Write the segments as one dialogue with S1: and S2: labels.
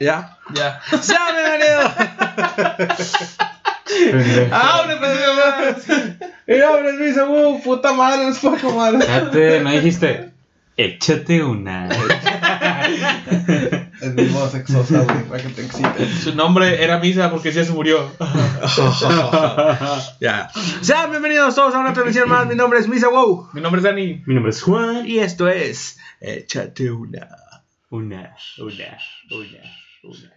S1: ¿Ya?
S2: Ya.
S1: ¡Ya, bienvenido!
S2: ¡Ah, un episodio más!
S1: ¡Y hombre, Luisa, uh, puta madre, nos fue como madre!
S3: Fíjate, me dijiste, échate una.
S1: Es mi voz sexosa, güey, para que te excites.
S2: Su nombre era Misa porque ya se murió.
S1: Ya. Sean bienvenidos todos a una transmisión más. Mi nombre es Misa Wow.
S2: Mi nombre es Dani.
S3: Mi nombre es Juan.
S1: Y esto es Échate una.
S3: Una, una, una, una.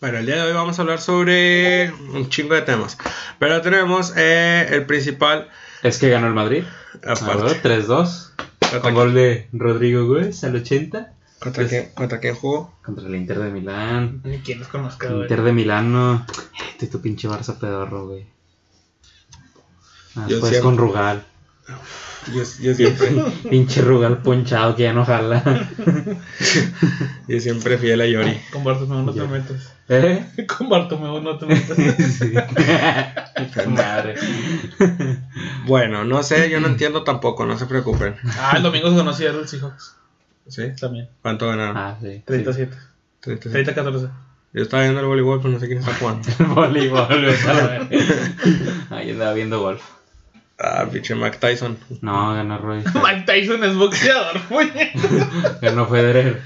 S1: Bueno, el día de hoy vamos a hablar sobre un chingo de temas. Pero tenemos eh, el principal.
S3: Es que ganó el Madrid. Ah, bueno,
S1: Aparte.
S3: 3-2.
S1: ¿Contra,
S3: Con gol de Rodrigo Gómez al 80.
S1: contra
S3: Pues-
S1: quién, ¿Contra quién jugó?
S3: Contra el Inter de Milán.
S2: Ni quien nos conozca, güey.
S3: Inter de Milán, no. Este tu pinche Barça pedorro, güey. Ah,
S1: Yo
S3: Después
S1: siempre-
S3: con Rugal.
S1: Yo, yo siempre,
S3: Pinche Rugal ponchado que ya no jala.
S1: yo siempre fiel a Yori.
S2: Con Bartomeu no te
S3: Ya.
S2: metas.
S3: ¿Eh?
S2: Con Bartomeu no te metas.
S3: Sí. Madre.
S1: Bueno, no sé, yo no entiendo tampoco, no se preocupen.
S2: Ah, el domingo se conocía el Seahawks.
S1: ¿Sí?
S2: También.
S1: ¿Cuánto ganaron?
S3: Ah, sí.
S2: 37.
S1: 30.
S2: 30-14.
S1: Yo estaba viendo el voleibol, pero no sé quién está jugando.
S3: El voleibol, güey, a la verga. Ahí andaba viendo golf.
S1: Ah, pinche Mac Tyson.
S3: No, ganó Roy.
S2: Mike Tyson es boxeador, güey.
S3: Ganó Federer.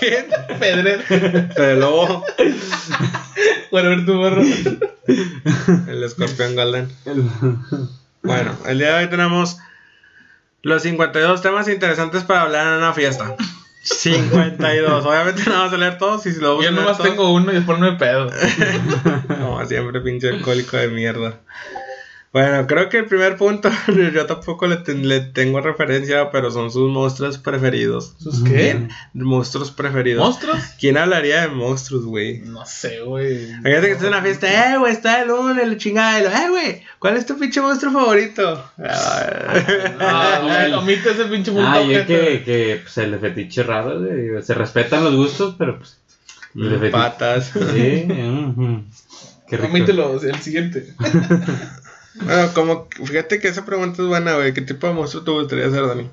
S1: ¿Quién?
S2: Pedrer.
S1: El lobo.
S2: Bueno, a ver tu barro.
S1: El escorpión Golden.
S3: El-
S1: Bueno, el día de hoy tenemos los 52 temas interesantes para hablar en una fiesta. 52. Obviamente no vamos a leer todos y si lo
S2: Yo
S1: buscan
S2: nomás
S1: todos-
S2: tengo uno y después me pedo.
S1: No, siempre pinche alcohólico de mierda. Bueno, creo que el primer punto, yo tampoco le, ten- le tengo referencia, pero son sus monstruos preferidos.
S2: ¿Sus qué?
S1: Monstruos preferidos.
S2: ¿Monstruos?
S1: ¿Quién hablaría de monstruos, güey?
S2: No sé, güey.
S1: Fíjate que está en una fiesta, eh, güey, está el uno, el chingado, y lo, eh, güey, ¿cuál es tu pinche monstruo favorito?
S2: Ah, güey, omite ese pinche punto.
S3: Ah, yo
S2: objeto.
S3: que, que pues, el fetiche raro, güey, digo, Se respetan los gustos, pero pues. El
S1: Mm,
S3: fetiche.
S1: Patas.
S3: Sí. ujú. Qué rico.
S2: Omítelo, el siguiente.
S1: Bueno, como, que- fíjate que esa pregunta es buena, güey. ¿Qué tipo de monstruo te gustaría ser, Dani?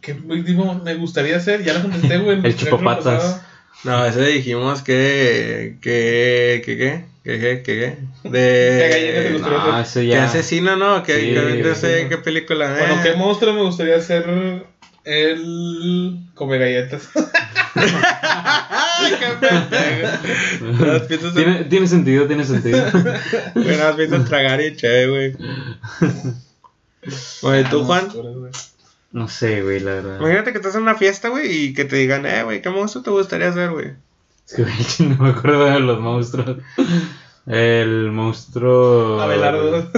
S2: ¿Qué tipo me gustaría hacer? Ya lo contesté, güey. en
S3: El chupapatas.
S2: capítulo pasado.
S1: No, ese dijimos que. que. que qué. que qué. que qué.
S2: ¿Qué gallina te
S1: De.
S2: gustaría?
S3: No, Ah, eso
S1: ¿Qué
S3: ya.
S1: asesino, no? ¿Qué,
S3: Sí,
S1: qué- no sé
S3: asesino.
S1: qué película? eh.
S2: Bueno, ¿qué monstruo me gustaría hacer? El. Come galletas.
S1: ¡Ay, qué pendejo! Las pizzas de-
S3: Tiene, tiene sentido, tiene sentido.
S1: Güey, no has visto tragar y che, güey. Oye,
S3: Ah,
S1: ¿tú, Juan?
S3: No sé, güey, la verdad.
S1: Imagínate que estás en una fiesta, güey, y que te digan, eh, güey, ¿qué monstruo te gustaría ser, güey?
S3: Es que, güey, no me acuerdo de los monstruos. El
S2: Oh,
S3: monstruo.
S2: Abelardo.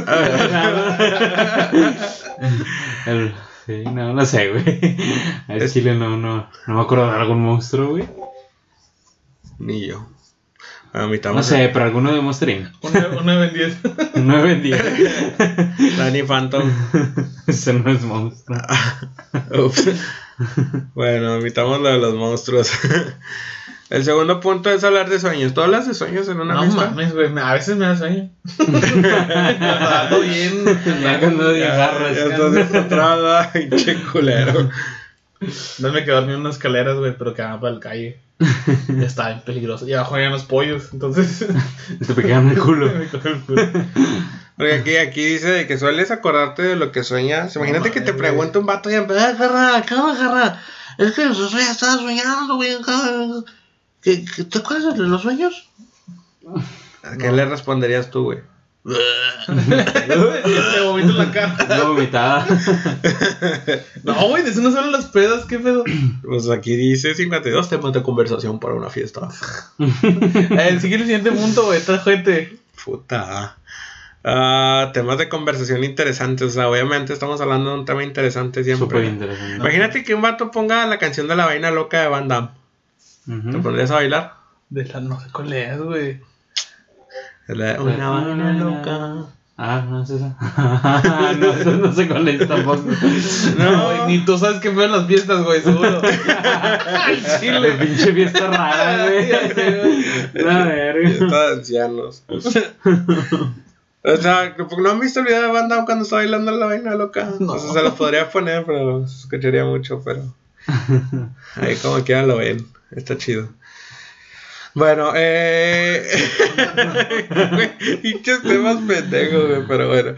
S3: El- sí, no, no sé, güey. Al
S1: Es-
S3: chile no, no, no me acuerdo de algún monstruo, güey.
S1: Ni yo. A mí
S3: No
S1: estamos.
S3: sé, pero alguno de Monster Inc.
S2: Una, una ben 10.
S3: No vendía.
S1: Danny Phantom.
S3: Ese no es monstruo.
S1: Ups. bueno, omitamos lo de los monstruos. El segundo punto es hablar de sueños. ¿Tú hablas de sueños en una
S2: No
S1: fiesta?
S2: mames, güey. me- A veces me da sueño. Ando bien.
S3: Ya cuando
S1: Ya,
S3: agarras.
S1: ya estás descontrolada, pinche culero.
S2: No me quedé dormido en unas escaleras, güey, pero quedaba para la calle. Estaba bien peligroso. Y abajo había unos pollos, entonces.
S3: Te pegaron el culo.
S2: me cogió el culo.
S1: Porque aquí, aquí dice de que sueles acordarte de lo que sueñas. Imagínate
S2: No
S1: que te
S2: mames, güey.
S1: pregunta un vato y empieza a agarrar, ¿qué vas a agarrar? Es que yo soy- estaba soñando, güey. acá, ¿Qué, qué, te acuerdas de los sueños? ¿A qué le responderías tú, güey?
S2: Me este vomito en la cara.
S3: Una vomitada.
S2: No, güey, de eso no salen las pedas, qué pedo.
S1: Pues aquí dice 52 temas de conversación para una fiesta.
S2: Eh, El siguiente, siguiente punto, güey, esta gente.
S1: Puta. Ah, temas de conversación interesantes. O sea, obviamente estamos hablando de un tema interesante
S3: Súper
S1: siempre.
S3: interesante.
S1: Imagínate que un vato ponga la canción de la vaina loca de Van Damme. ¿Te
S3: Ujú.
S1: pondrías a bailar?
S2: De la no sé cuál es, güey.
S1: Es la de Una vaina loca.
S3: Ah, no es esa. no, esa no sé cuál es tampoco.
S2: No, güey, ni tú sabes que fueron las fiestas, güey, seguro. Al
S3: La
S2: chile.
S3: pinche fiesta rara, güey.
S2: Ya sé, güey.
S3: La verga.
S1: Está de ancianos. O sea, no no han visto el video de banda cuando está bailando la vaina loca.
S2: No.
S1: O sea, se los podría poner, pero se escucharía mucho, pero. Ahí como quieran lo ven. Está chido. Bueno, eh. güey, Pinches temas pendejos, güey, pero bueno.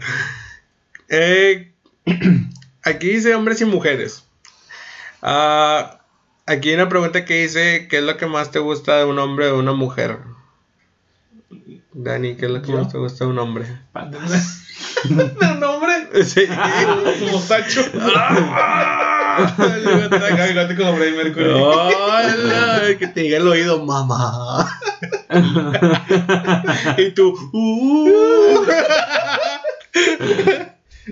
S1: Eh, aquí dice hombres y mujeres. Ah, aquí hay una pregunta que dice: ¿Qué es lo que más te gusta de un hombre o de una mujer? Dani, ¿qué es lo que
S2: ¿Yo?
S1: más te gusta de un hombre?
S3: Patas.
S2: ¿El nombre?
S1: Sí.
S2: Su mostacho. Cagate como Freddie Mercury.
S1: Hola, que te diga el oído, mamá. y tú, uh.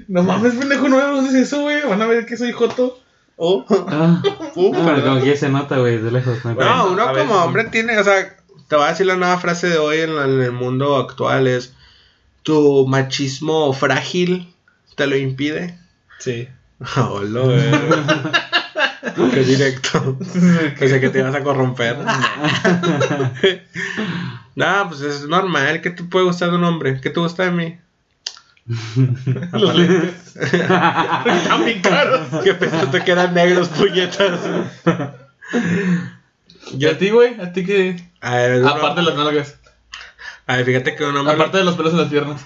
S2: No mames, pendejo, no me dices eso, güey. Van a ver que soy joto.
S1: Oh.
S3: Ah,
S1: Uh,
S3: no, pero como que ya se nota, güey, de lejos. No, hay
S1: No,
S3: pedo.
S1: uno
S2: a ver,
S1: como
S2: sí.
S1: hombre tiene, o sea, te voy a decir la nueva frase de hoy en, la- en el mundo actual es, tu machismo frágil te lo impide.
S2: Sí.
S1: Hola, güey. Qué directo. Pensé que te ibas a corromper. Nada, pues es normal. ¿Qué te puede gustar de un hombre? ¿Qué te gusta de mí?
S2: Los lentes. Están bien caros.
S1: Que pensaste que eran negros, puñetas.
S2: ¿Y a ti, güey? ¿A ti qué?
S1: A ver, uno-
S2: Aparte de las nalgas.
S1: a ver, fíjate que un hombre...
S2: Aparte de los pelos en las piernas.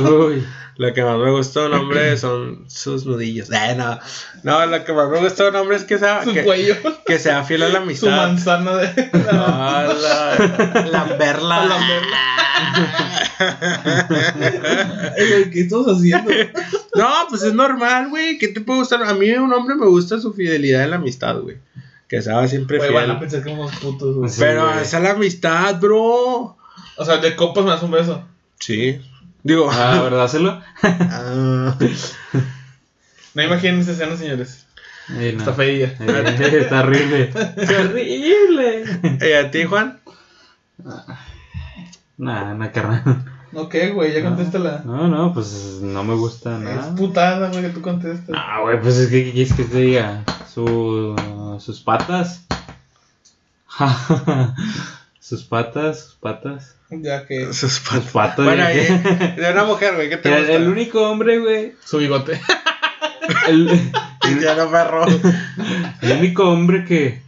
S3: Uy.
S1: Lo que más me gusta de un hombre son sus nudillos. Eh, no. No, lo que más me gusta de un hombre es que sea,
S2: Su
S1: que,
S2: cuello.
S1: que sea fiel a la
S2: Su
S1: amistad.
S2: manzana de.
S1: Ah, la, lamberla.
S2: Güey, ¿Qué estamos haciendo?
S1: No, pues es normal, güey. ¿Qué te puede gustar? A mí un hombre me gusta su fidelidad en la amistad, güey. Que sea siempre
S2: Güey,
S1: fiel.
S2: van a pensar que somos putos, güey.
S3: pues, Sí,
S1: Pero
S3: güey.
S1: esa es la amistad, bro.
S2: O sea, de copas me das un beso.
S1: Sí. Digo,
S3: Ah, ¿verdad, Celo?
S1: ah,
S2: No imaginen esa escena, señores.
S3: Eh, no.
S2: Está feilla.
S3: Eh, está horrible. horrible.
S1: ¿y a ti, Juan?
S3: Nah, nah, carnal.
S2: No, ¿qué, güey? Ya contéstala.
S3: No, no, pues no me gusta
S2: Es
S3: nada.
S2: putada, güey, que tú contestas.
S3: Ah, güey, pues es que, ¿qué quieres que te diga? Su, sus patas. sus patas, sus patas.
S2: Ya que.
S1: Sus
S3: Sus
S1: patas.
S3: patas.
S1: Bueno,
S3: güey.
S1: y- de una mujer, güey, ¿qué te
S3: el,
S1: gusta?
S3: el único hombre, güey.
S2: Su bigote.
S3: El,
S1: Ya no perro.
S3: el único hombre que.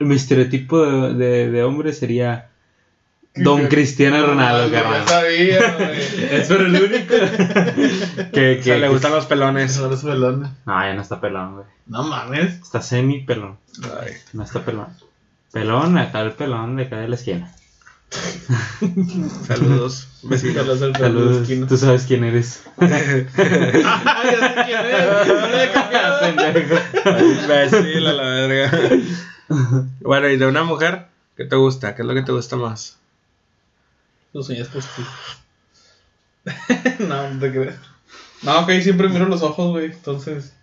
S3: Mi estereotipo de, de- de hombre sería. Don Cristiano Ronaldo,
S2: Ya
S3: carnal.
S2: sabía, güey.
S3: Es pero el único. que,
S1: Que
S3: que,
S1: le gustan los pelones.
S2: Eso no es pelón.
S3: No, ya no está pelón, güey.
S2: No mames.
S3: Está semi pelón. No está pelón. Pelón, acá el pelón de acá de la esquina.
S1: Saludos, vecinos.
S2: Saludos al pelón de
S3: Saludos,
S2: esquina.
S3: tú sabes quién eres.
S2: Ah, ya sé quién es. No le he copiado.
S3: Pendejo.
S1: Imbécil a la verga. Bueno, ¿y de una mujer? ¿Qué te gusta? ¿Qué es lo que te gusta más?
S2: Sus uñas postizas. no, no te creas. No, que ahí siempre miro los ojos, güey. Entonces,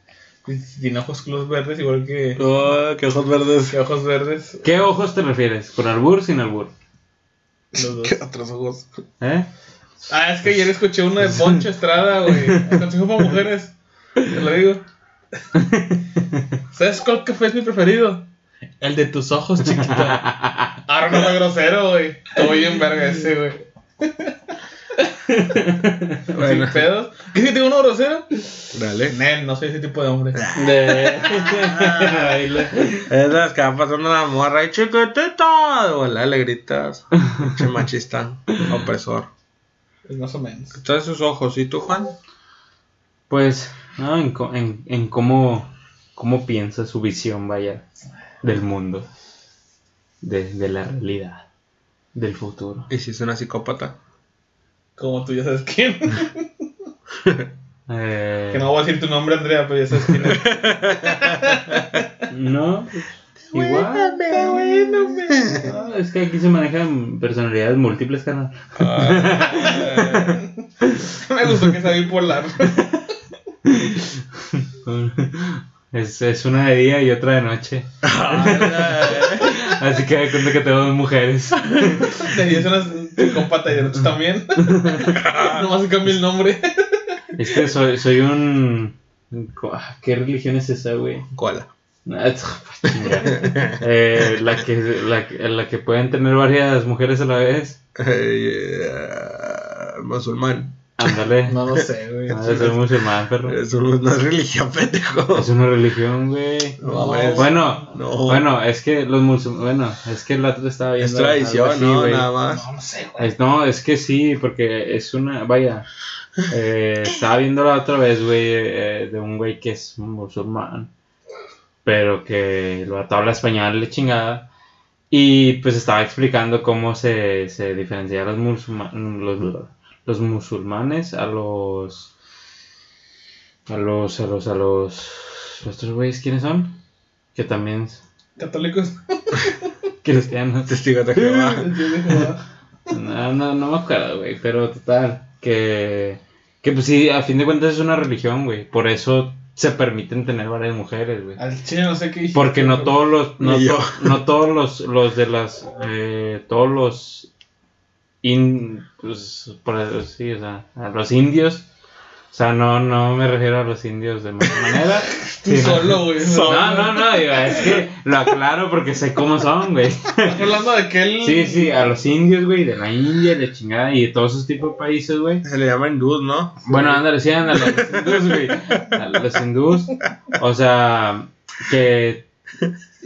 S2: pues, tiene ojos clubes verdes, igual que,
S1: Oh, que ojos verdes.
S2: que ojos verdes.
S3: ¿Qué ojos te refieres? ¿Con albur o sin albur?
S2: Los dos.
S1: ¿Qué otros ojos?
S3: ¿Eh?
S2: Ah, es que ayer escuché uno de Poncho Estrada, güey. Consejo para mujeres. Te lo digo. ¿Sabes cuál que fue mi preferido? El de tus ojos, chiquita. Ahora no fue grosero, güey. Estuvo bien verga ese, güey.
S1: Bueno,
S2: Sin pedos. ¿Qué si tengo uno grosero?
S1: dale.
S2: Nel, no soy ese tipo de hombre.
S3: De... Baila.
S1: Es las que va pasando la morra y chiquitita. Hola, le gritas. Pinche machista, opresor.
S2: Pues más o menos.
S1: Entonces sus ojos, ¿y tú, Juan?
S3: Pues, no, en, co- en, en cómo, cómo piensa su visión, vaya, del mundo, de, de la realidad, del futuro.
S1: ¿Y si es una psicópata?
S2: Como tú ya sabes quién.
S3: Eh,
S2: Que no voy a decir tu nombre, Andrea, pero ya sabes quién es.
S3: no, igual.
S2: bueno,
S3: No, es que aquí se manejan personalidades múltiples, carnal.
S2: Me gustó que sea bipolar.
S3: Es, es una de día y otra de noche.
S2: Ah,
S3: Así que me cuenta que tenemos mujeres.
S2: Te di unas Psicópata y derecho también. Nomás se cambia el nombre.
S3: Es que soy, soy un. Ah, ¿Qué religión es esa, güey?
S1: Koala.
S3: Ah, chinga. Eh, la, que, la, que- la que pueden tener varias mujeres a la vez.
S1: Eh, eh, musulmán.
S3: Ándale.
S2: No lo sé, güey.
S3: Ah, soy musulmán, perro.
S1: Es una religión, pendejo.
S3: Es una religión, güey.
S1: No, hombre, es-
S3: Bueno,
S1: no.
S3: bueno, es que los musulmanes. Bueno, es que el otro estaba viendo.
S1: Es tradición,
S3: algo así,
S1: ¿no?
S3: güey.
S1: Nada más.
S2: No, no sé, güey.
S3: Es- no, es que sí, porque es una. Vaya. eh, estaba viendo la otra vez, güey, eh, de un güey que es musulmán. Pero que lo ataba habla español le chingada. Y pues estaba explicando cómo se, se diferenciaban los, musulma- los, los musulmanes a los. A los. A los. A los. ¿Estos güeyes quiénes son? Que también.
S2: Católicos.
S3: Cristianos.
S1: Testigos de Jehová.
S2: Dios de Jehová.
S3: No, no, no me acuerdo, güey, pero total, que, que pues sí, a fin de cuentas es una religión, güey, por eso se permiten tener varias mujeres, güey.
S2: Al chile no sé qué dijiste,
S3: Porque no
S2: pero-
S3: todos los, no,
S1: Ni yo.
S3: to- no todos los, los de las, eh, todos los, in, pues, por decir, sí, o sea, a los indios, o sea, no, no me refiero a los indios de mala manera.
S2: Tú
S3: sino-
S2: solo, güey.
S3: No, no, no, digo, es que lo aclaro porque sé cómo son, güey.
S2: Estás hablando de aquel.
S3: Sí, sí, a los indios, güey, de la India, de chingada, y de todos esos tipos de países, güey.
S1: Se le llama hindús, ¿no?
S3: Bueno, ándale, sí, ándale, a los hindús, güey. A los hindús, o sea, que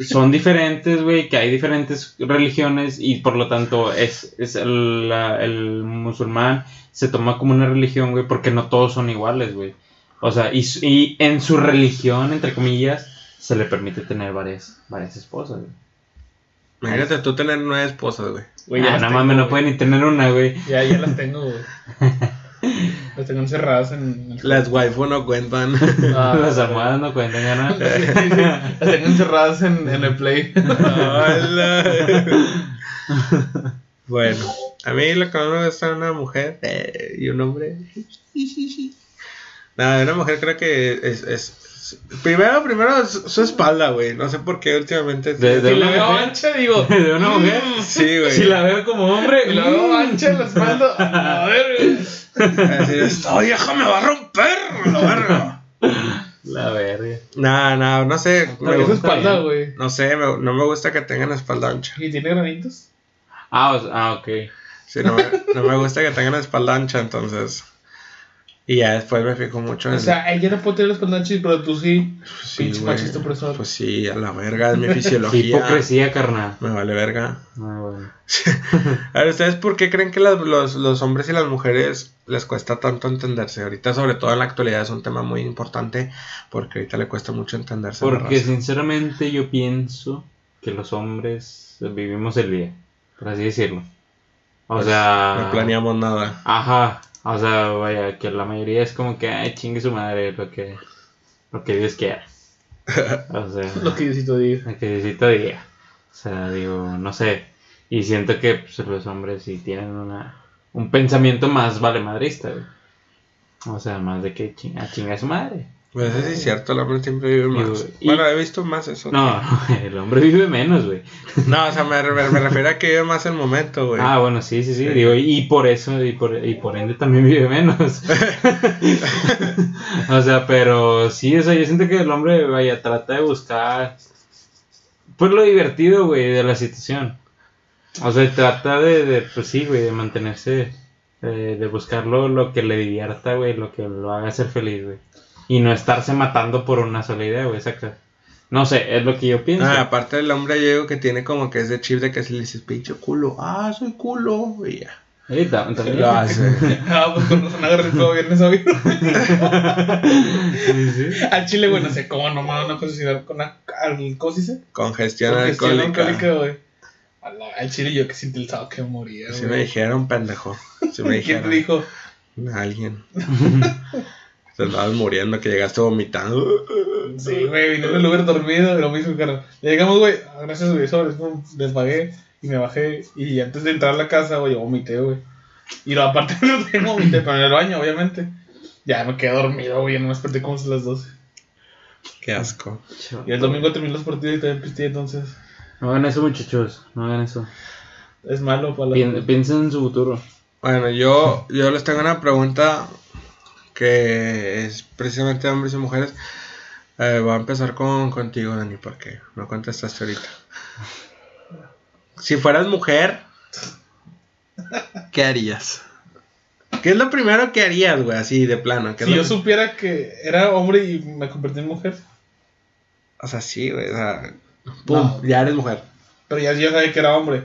S3: son diferentes, güey, que hay diferentes religiones y por lo tanto es, es el, la- el musulmán se toma como una religión, güey, porque no todos son iguales, güey. O sea, y, su- y en su religión, entre comillas, se le permite tener varias, varias esposas, güey.
S1: Imagínate tú tener nueve esposas, güey.
S2: Güey, ya
S3: ah,
S2: las
S3: no
S2: tengo,
S3: mames, no
S2: güey.
S3: pueden ni tener una, güey.
S2: Ya, ya las tengo, güey. Las tengo encerradas en el.
S1: Las waifu no cuentan.
S2: Ah,
S3: Las almohadas no cuentan ya
S2: sí,
S3: nada.
S2: sí, sí. Las tengo encerradas en, en el play.
S1: Hola. bueno, a mí lo que más me gusta de una mujer eh, y un hombre. Nada, de una mujer creo que es. es- es- primero, primero su, su espalda, güey. No sé por qué últimamente.
S3: De- de-
S2: Si la veo ancha, digo.
S3: De una mujer.
S1: Sí, güey.
S3: Si la veo como hombre, mm.
S2: Y Mm. la veo ancha, la espalda. A ver, güey.
S1: Así de, esta vieja me va a romper, la verga.
S3: La verga.
S1: Nada, nada, no sé. me
S2: Es
S3: bien.
S2: su
S1: gusta-
S2: espalda, güey.
S1: no sé, me- no me gusta que tengan espalda ancha.
S2: ¿Y tiene granitos?
S3: Ah, o sea, ah, ok.
S1: Sí, no me, no me gusta que tengan la espalda ancha, entonces. Y ya después me fijo mucho en.
S2: O sea, ella no puede tener la espalda ancha, pero tú sí.
S1: Pues sí,
S2: pinche
S1: güey.
S2: machista opresor.
S1: Pues sí, a la verga, es mi
S3: Qué
S1: fisiología.
S3: hipocresía, carnal.
S1: Me vale verga.
S3: Ah, bueno.
S1: A ver, ¿ustedes por qué creen que las- los, los hombres y las mujeres les cuesta tanto entenderse? Ahorita, sobre todo en la actualidad, es un tema muy importante porque ahorita le cuesta mucho entenderse. a la
S3: Porque
S1: raza.
S3: sinceramente yo pienso que los hombres vivimos el día, por así decirlo. O
S1: Pues,
S3: sea,
S1: No planeamos nada.
S3: Ajá, o sea, vaya, que la mayoría es como que, ay, chingue su madre, lo que, lo que Dios quiera. O sea,
S2: Lo que Diosito diga.
S3: lo que Diosito diga. O sea, digo, no sé. Y siento que pues, los hombres sí tienen una, un pensamiento más valemadrista, güey. O sea, más de que chinga, chinga su madre.
S1: Pues eso sí es cierto, el hombre siempre vive más.
S3: Y-
S1: bueno, he visto más eso.
S3: No, el hombre vive menos, güey.
S1: No, o sea, me, me- me refiero a que vive más el momento, güey.
S3: Ah, bueno, sí, sí, sí,
S1: Pues, Sí.
S3: digo, y por eso, y por, y por ende también vive menos. o sea, pero sí, o sea, yo siento que el hombre, vaya, trata de buscar, pues lo divertido, güey, de la situación. O sea, trata de, de, pues sí, güey, de mantenerse, eh, de buscarlo lo que le divierta, güey, lo que lo haga ser feliz, güey. Y no estarse matando por una sola idea, güey, saca. No sé, es lo que yo pienso.
S1: Ah, aparte del hombre, yo digo que tiene como que ese chip de que si le dices pinche culo, ah, soy culo, y ya.
S3: Eh, ta- también.
S1: Lo hace.
S2: Ah, pues con razón agarré todo viernes a viernes.
S3: Sí, sí.
S2: Al chile, güey, no sé cómo nomás una curiosidad con una. al- ¿Cómo se dice?
S1: Congestión
S2: Congestión alcohólica,
S1: alcohólica.
S2: güey. A la- Al chile yo que sentí el sábado que moría,
S1: Si me
S2: güey.
S1: dijeron, pendejo. Si me
S2: ¿Quién
S1: dijeron.
S2: te dijo?
S1: Alguien. Te estabas muriendo, que llegaste vomitando.
S2: Sí, güey, vine en el Uber dormido, lo mismo, cara. Llegamos, güey, ah, gracias, güey, sobres, pum, les pagué y me bajé. Y antes de entrar a la casa, güey, yo vomité, güey. Y lo aparte no tengo vomité, pero en el baño, obviamente. Ya me quedé dormido, güey, no me desperté como a las 12.
S1: Qué asco.
S2: Y el domingo terminé los partidos y también pisté, entonces.
S3: No hagan eso, muchachos. No hagan eso.
S2: Es malo para la
S3: Pien- piensa en su futuro.
S1: Bueno, yo, yo les tengo una pregunta que es precisamente de hombres y mujeres. Eh, voy a empezar con, contigo, Dani, porque no contestaste ahorita. Si fueras mujer, ¿qué harías? ¿Qué es lo primero que harías, güey? Así de plano. ¿qué es
S2: Si
S1: lo
S2: yo
S1: que-
S2: supiera que era hombre y me convertí en mujer,
S1: O sea, sí, güey. O sea, pum,
S2: No.
S1: ya eres mujer.
S2: pero ya, ya sabía que era hombre.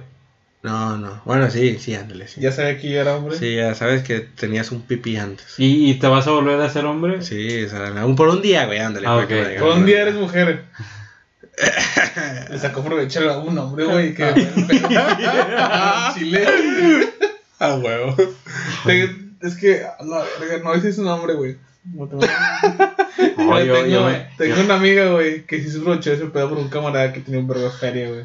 S1: No, no. Bueno, sí, sí, ándale. Sí.
S2: Ya sabía que yo era hombre.
S1: Sí, ya sabes que tenías un pipí antes.
S3: ¿Y, y te vas a volver a ser hombre?
S1: Sí, o sea, un- por un día, güey, ándale.
S3: Ah,
S1: para que
S3: ok.
S1: me digan,
S2: Por un
S1: güey.
S2: día eres mujer. Le sacó provecho a un hombre, güey. Que chile.
S1: Ah, huevo.
S2: Te- Es que, a la verga, no dices un nombre, güey. No te-
S3: Oh, yo,
S2: tengo,
S3: yo me-
S2: tengo
S3: yo-
S2: una amiga, güey, que sí se brochó ese pedo por un camarada que tenía un vergo de feria, güey.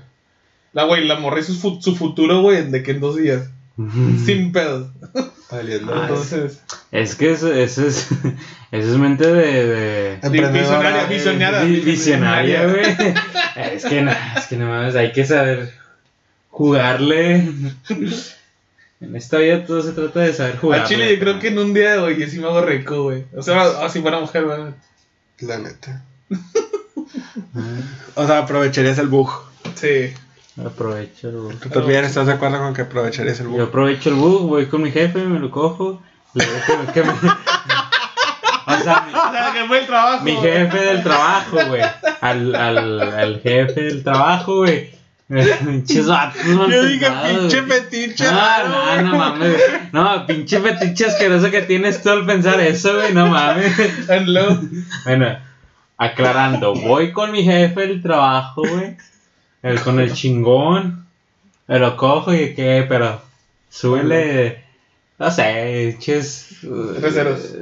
S2: La güey, la morré su, fu- su futuro, güey, de que en dos días.
S3: Mm.
S2: Sin pedos.
S3: Ah,
S1: Valiendo.
S2: Entonces,
S3: Es que eso, eso es, eso es mente de... de-
S2: vi- visionaria,
S1: Emprendedora, eh,
S2: visionaria.
S3: vi- visionaria, güey. es que no, es que no mames, hay que saber jugarle. En esta vida todo se trata de saber jugar.
S2: A Chile, yo creo que en un día de hoy yo sí me hago rico, güey. O sea, ah, si fuera mujer, güey.
S1: La neta. O sea, aprovecharías el bug.
S2: Sí.
S3: Aprovecho el bug.
S1: Tú también estás de acuerdo con que aprovecharías el
S3: Yo
S1: bug.
S3: aprovecho el bug, voy con mi jefe, me lo cojo. Le digo que me- que me- O sea,
S2: O
S3: mi-
S2: sea, Ah, que fue el trabajo.
S3: Mi jefe del trabajo, güey. Al, al, al jefe del trabajo, güey. Pinches vatos mal
S1: Yo dije,
S3: pensados,
S1: pinche
S3: güey.
S1: fetiche. raro,
S3: No, no,
S1: güey.
S3: no mames. güey. No, pinche fetiche asqueroso que tienes tú al pensar eso, güey. No mames.
S2: And luego,
S3: Bueno, aclarando. Voy con mi jefe del trabajo, güey. El- con el chingón. Me lo cojo y qué, pero... Súbele... No sé, pinches... eh,
S2: Traseros.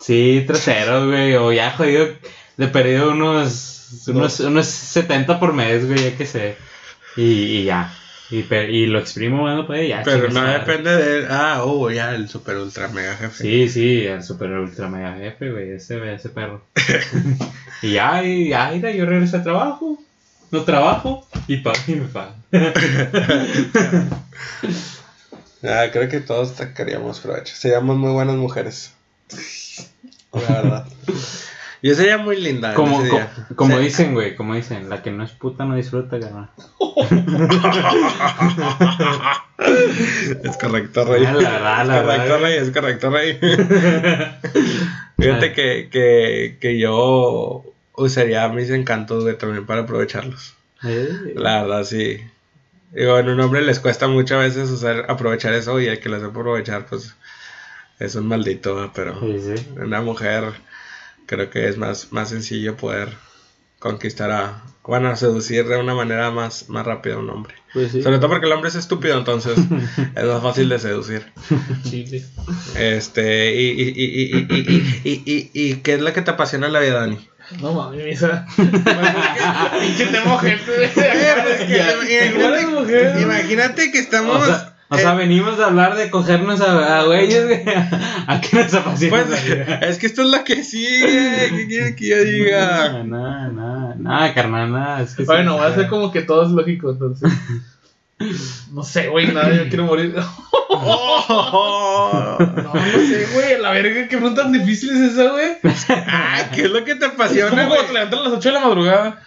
S3: Sí, traseros, güey. O ya jodido, de perdido unos, unos, unos 70 por mes, güey, ya que sé. Y, y ya. Y, pe- y lo exprimo, bueno, pues ya.
S1: Pero
S3: chingas,
S1: no
S3: madre.
S1: depende de él. Ah, oh, ya el super ultra mega jefe.
S3: Sí, sí, el super ultra mega jefe, güey, ese, ese perro. y ya, y ya, mira, yo regreso al trabajo. No trabajo y, pa y me pagan.
S1: Ah, creo que todos sacaríamos provecho. Seríamos muy buenas mujeres. La verdad. Yo sería muy linda. Ah, en
S3: Como,
S1: ese
S3: co-
S1: día.
S3: como
S1: Sí.
S3: dicen, güey, como dicen, la que no es puta no disfruta, carnal.
S1: Es correcto, Rey.
S3: Ah, la verdad, la
S1: es correcto,
S3: verdad.
S1: Rey, es correcto, Rey. Fíjate
S3: Ah.
S1: que, que, que yo usaría mis encantos güey, también para aprovecharlos.
S3: Eh,
S1: La verdad, sí. Digo, en un hombre les cuesta muchas veces usar, aprovechar eso y el que lo hace aprovechar, pues es un maldito, ¿verdad? pero
S3: sí, sí.
S1: en una mujer creo que es más, más sencillo poder conquistar a, bueno, seducir de una manera más, más rápida a un hombre.
S3: Pues sí.
S1: Sobre todo porque el hombre es estúpido, entonces es más fácil de seducir.
S2: Chile.
S1: Este, y, y, y, y, y, y, y, y- y- ¿qué es lo que te apasiona en la vida, Dani?
S2: No mames, misa. Pinche tema gente.
S1: pues,
S2: Igual mujer.
S1: Imagínate que estamos...
S3: O sea, o
S1: eh.
S3: sea, venimos a hablar de cogernos a, a güeyes, güey. ¿A qué nos apasiona?
S1: pues, es que esto es lo que sigue, ¿qué quiere que yo diga?
S3: Nada, nada, nada, nada, carnal, nada. Es que sí.
S2: Bueno, va a ser como que todo es lógico, entonces. No sé, güey, nada, yo quiero morir. No, no sé, güey, la verga, qué pregunta tan difícil es esa, güey.
S1: Ah, ¿Qué es lo que te
S2: Es
S1: apasiona?
S2: como
S1: güey?
S2: cuando te levantas a las 8 de la madrugada.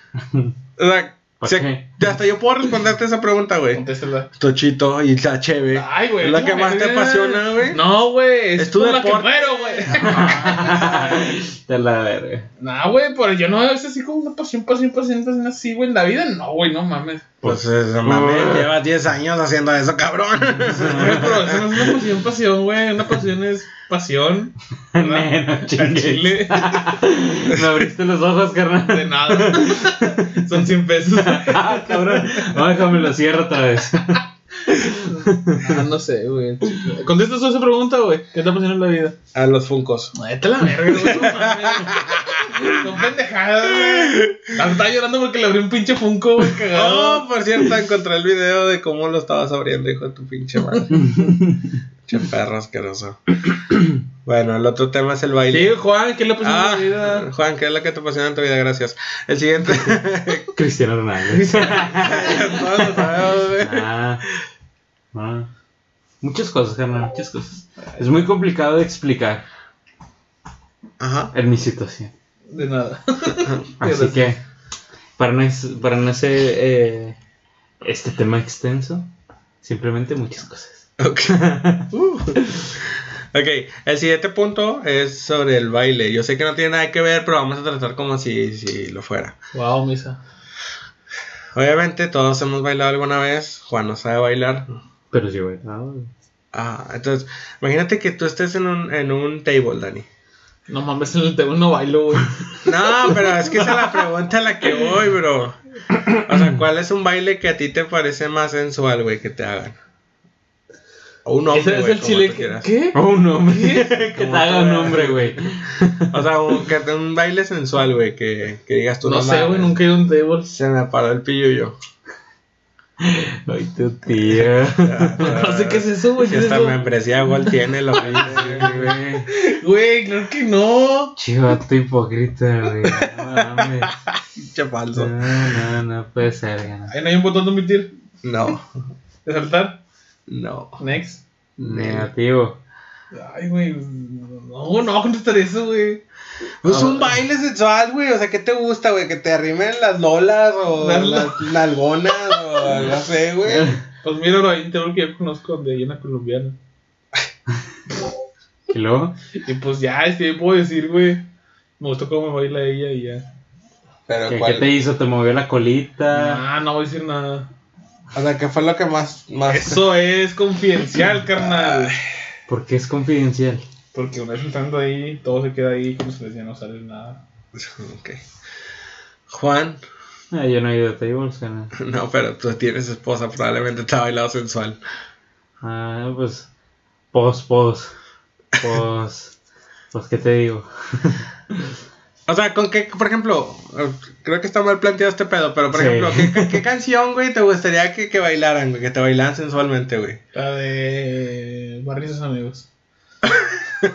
S1: O sea,
S3: ¿Por
S1: se-
S3: qué?
S1: hasta yo puedo responderte esa pregunta, güey.
S2: Contéstela.
S1: Tochito y la cheve.
S2: Ay, güey.
S1: Es la que más te
S2: verga.
S1: apasiona, güey.
S2: No, güey, es,
S1: Es tu
S2: por la que
S1: deporte.
S2: muero, güey.
S3: Te la verga.
S2: Nah, güey, pero yo no es así como una pasión, pasión, pasión, pasión así, güey, en la vida. No, güey, no mames.
S1: Pues, eh,
S3: Uh.
S1: mames, llevas 10 años haciendo eso, cabrón.
S2: Güey, pero eso no es una pasión, pasión, güey. Una pasión es pasión.
S3: Nena,
S2: ¿verdad?
S3: chingues.
S2: Chile.
S3: Me abriste los ojos, carnal.
S2: De nada. Son 100 pesos.
S3: Ah, cabrón. No, déjame lo cierro otra vez.
S2: Ah, no sé, güey. Contestas esa pregunta, güey. ¿Qué te apasiona en la vida?
S1: A los funcos.
S2: Vete a la verga, güey. no mames. Son pendejadas, güey. Ah, Estaba llorando porque le abrí un pinche Funko, güey,
S1: Oh,
S2: cagado.
S1: por cierto, encontré el video de cómo lo estabas abriendo, hijo de tu pinche madre. Che perro asqueroso. Bueno, el otro tema es el
S2: Sí,
S1: baile.
S2: Juan, ¿qué le apasiona
S1: Ah,
S2: en la vida?
S1: Juan, ¿qué es lo que te apasiona en tu vida? Gracias. El siguiente.
S3: Cristiano Ronaldo.
S1: Todos lo sabemos, güey.
S3: Ah, Ah. Muchas cosas, carnal, muchas cosas. Es muy complicado de explicar
S1: Ajá.
S3: en mi situación.
S2: De nada.
S3: Así que, para no, es- para no hacer eh, este tema extenso, simplemente muchas cosas.
S1: Ok. Uh. Ok, el siguiente punto es sobre el baile. Yo sé que no tiene nada que ver, pero vamos a tratar como si, si lo fuera.
S2: Wow, misa.
S1: Obviamente todos hemos bailado alguna vez. Juan no sabe bailar.
S3: Pero sí, güey. ah, güey.
S1: Ah, entonces, imagínate que tú estés en un, en un table, Dani.
S2: No mames, en el tema no bailo, güey.
S1: No, pero es que esa es la pregunta a la que voy, bro. O sea, ¿cuál es un baile que a ti te parece más sensual, güey, que te hagan? O un hombre,
S2: Ese es
S1: güey,
S2: el
S1: como
S2: chile.
S1: tú
S2: que-
S1: quieras.
S2: ¿Qué?
S3: Oh, un hombre. que te
S1: Como
S3: haga
S1: tú
S3: un
S1: veas.
S3: hombre, güey.
S1: O sea, un, que te- un baile sensual, güey, que, que digas tú
S2: No sé,
S1: mames,
S2: güey, nunca he ido a un table.
S1: Se me paró el pillo yo.
S3: Ay, tu tía.
S2: No sé qué es eso, güey.
S1: Si
S2: ¿qué es
S1: Ah, esta
S2: eso?
S1: membresía igual tiene lo mismo.
S3: Güey.
S2: Güey, claro que no.
S3: Chivato hipócrita, güey. No mames.
S1: Pinche
S3: No,
S1: falso.
S3: no, no puede ser, gana.
S2: Ahí no hay un botón de omitir.
S1: No,
S2: De saltar.
S1: no.
S2: Next.
S3: Negativo.
S2: Ay, güey. No, no va a contestar eso, güey.
S1: Es Pues un baile sensual, güey. O sea, ¿qué te gusta, güey? Que te arrimen las lolas o
S2: Las
S1: las, nalgonas o no sé, güey.
S2: Pues mira, bro, hay un table que yo conozco donde hay una colombiana.
S3: ¿Y luego?
S2: Y pues ya, este, puedo decir, güey. Me gustó cómo baila ella y ya.
S1: Pero,
S3: ¿Qué, qué
S1: ¿cuál?
S3: te hizo? ¿Te movió la colita?
S2: Ah, no voy a decir nada.
S1: O sea, ¿qué fue lo que más. más...
S2: Eso es confidencial, carnal.
S3: Porque es confidencial.
S2: Porque una vez entrando ahí, todo se queda ahí, como se decía, no sale nada.
S1: Ok. Juan,
S3: Ah, yo no he ido a tables, gana.
S1: no, pero tú tienes esposa, probablemente te ha bailado sensual.
S3: Ah, pues. Pos, pos. Pos. Pues, ¿qué te digo?
S1: O sea, ¿con qué, por ejemplo, eh, creo que está mal planteado este pedo, pero por
S3: Sí.
S1: ejemplo, ¿qué, qué, qué canción, güey, te gustaría que, que bailaran, güey? Que te bailaran sensualmente, güey.
S2: La de Barrios sus amigos.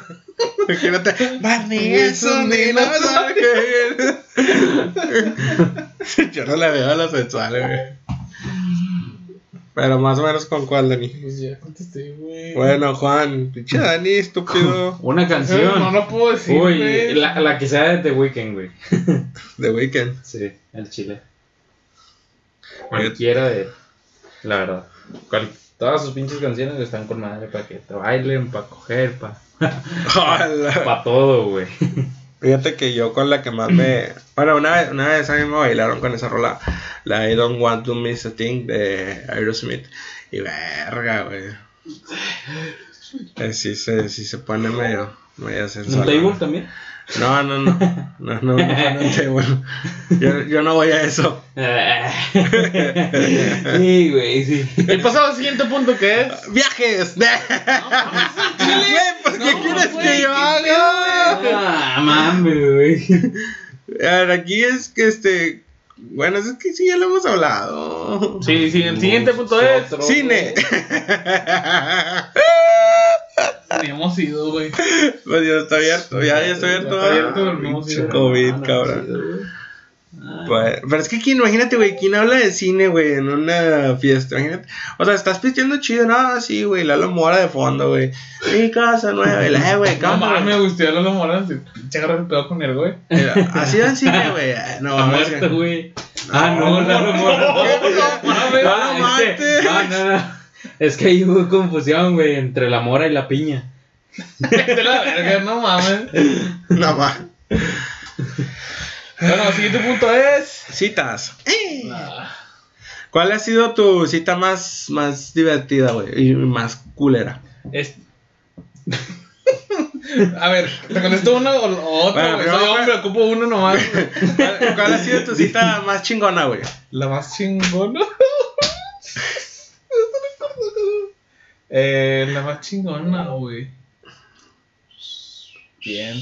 S1: Imagínate, Barney es un dinosaurio. Yo no le veo a lo sensual, güey. Pero más o menos con cuál, Dani.
S2: Pues ya contesté, güey.
S1: Bueno, Juan, pinche Dani, estúpido.
S3: Una
S2: No, Eh,
S3: canción.
S2: no lo puedo decir,
S3: Uy,
S2: güey.
S3: la, la que sea de The Weeknd, güey.
S1: The Weeknd.
S3: Sí, el chile. Cualquiera de. La verdad. Cual- todas sus pinches canciones están con madre para que te bailen, para coger, para
S1: Hola.
S3: todo, güey.
S1: Fíjate que yo con la que más me. Bueno, una vez, una vez a mí me bailaron con esa rola. La de I Don't Want to Miss a Thing de Aerosmith. Y verga, güey. Eh, sí, se, sí se pone medio, medio sensual.
S3: también?
S1: No, no, no. No, no, no, no, no te- bueno, Yo, yo no voy a eso.
S3: sí, güey, sí.
S2: El pasado siguiente punto que es.
S1: ¡Viajes! Güey, pues, ¿qué
S2: No,
S1: quieres
S2: güey,
S1: que
S2: ¿qué
S1: yo haga?
S3: Ah, mames, güey.
S1: A ver, aquí es que este. Bueno, es que sí, ya lo hemos hablado.
S2: Sí, sí, el siguiente punto es.
S3: Nosotros,
S1: ¡Cine!
S2: Ni hemos ido, güey.
S1: pues ya está abierto, ya, ya está abierto.
S2: está abierto,
S1: Ah,
S2: no hemos
S1: pinche
S2: ido.
S1: COVID,
S3: Ah, no,
S1: cabrón.
S3: sí, güey. Ah,
S1: Pues, pero es que quién, imagínate, güey, quién habla de cine, güey, en una fiesta, imagínate. O sea, estás pisteando chido, no, Ah, sí, güey, Lalo Mora de fondo, güey. Mi casa nueva, y la, eh, güey,
S2: No
S1: cámara.
S2: mames, gustó los moras. Pinche agarra el pedo con el güey.
S1: Mira, Así va en cine, güey. Ah, No,
S3: Está
S1: mames,
S3: muerto,
S1: güey.
S3: güey. Ah, no, no, no, no,
S2: No mames.
S3: Ah, es que-
S1: mates.
S3: no, no, no. Es que ahí hubo confusión, güey, entre la mora y la piña.
S2: Vete a la verga, no mames.
S1: no más.
S2: Bueno, el siguiente punto es.
S1: Citas. Eh. ¿Cuál ha sido tu cita más, más divertida, güey? Y más culera.
S2: Es- A ver, ¿te contesto uno o o otro?
S1: Bueno,
S2: güey?
S1: primero,
S2: Soy hombre, ocupo uno nomás. güey.
S1: ¿Cuál, cuál ha sido tu cita más chingona, güey?
S2: La más chingona. eh, la más chingona, güey. Bien.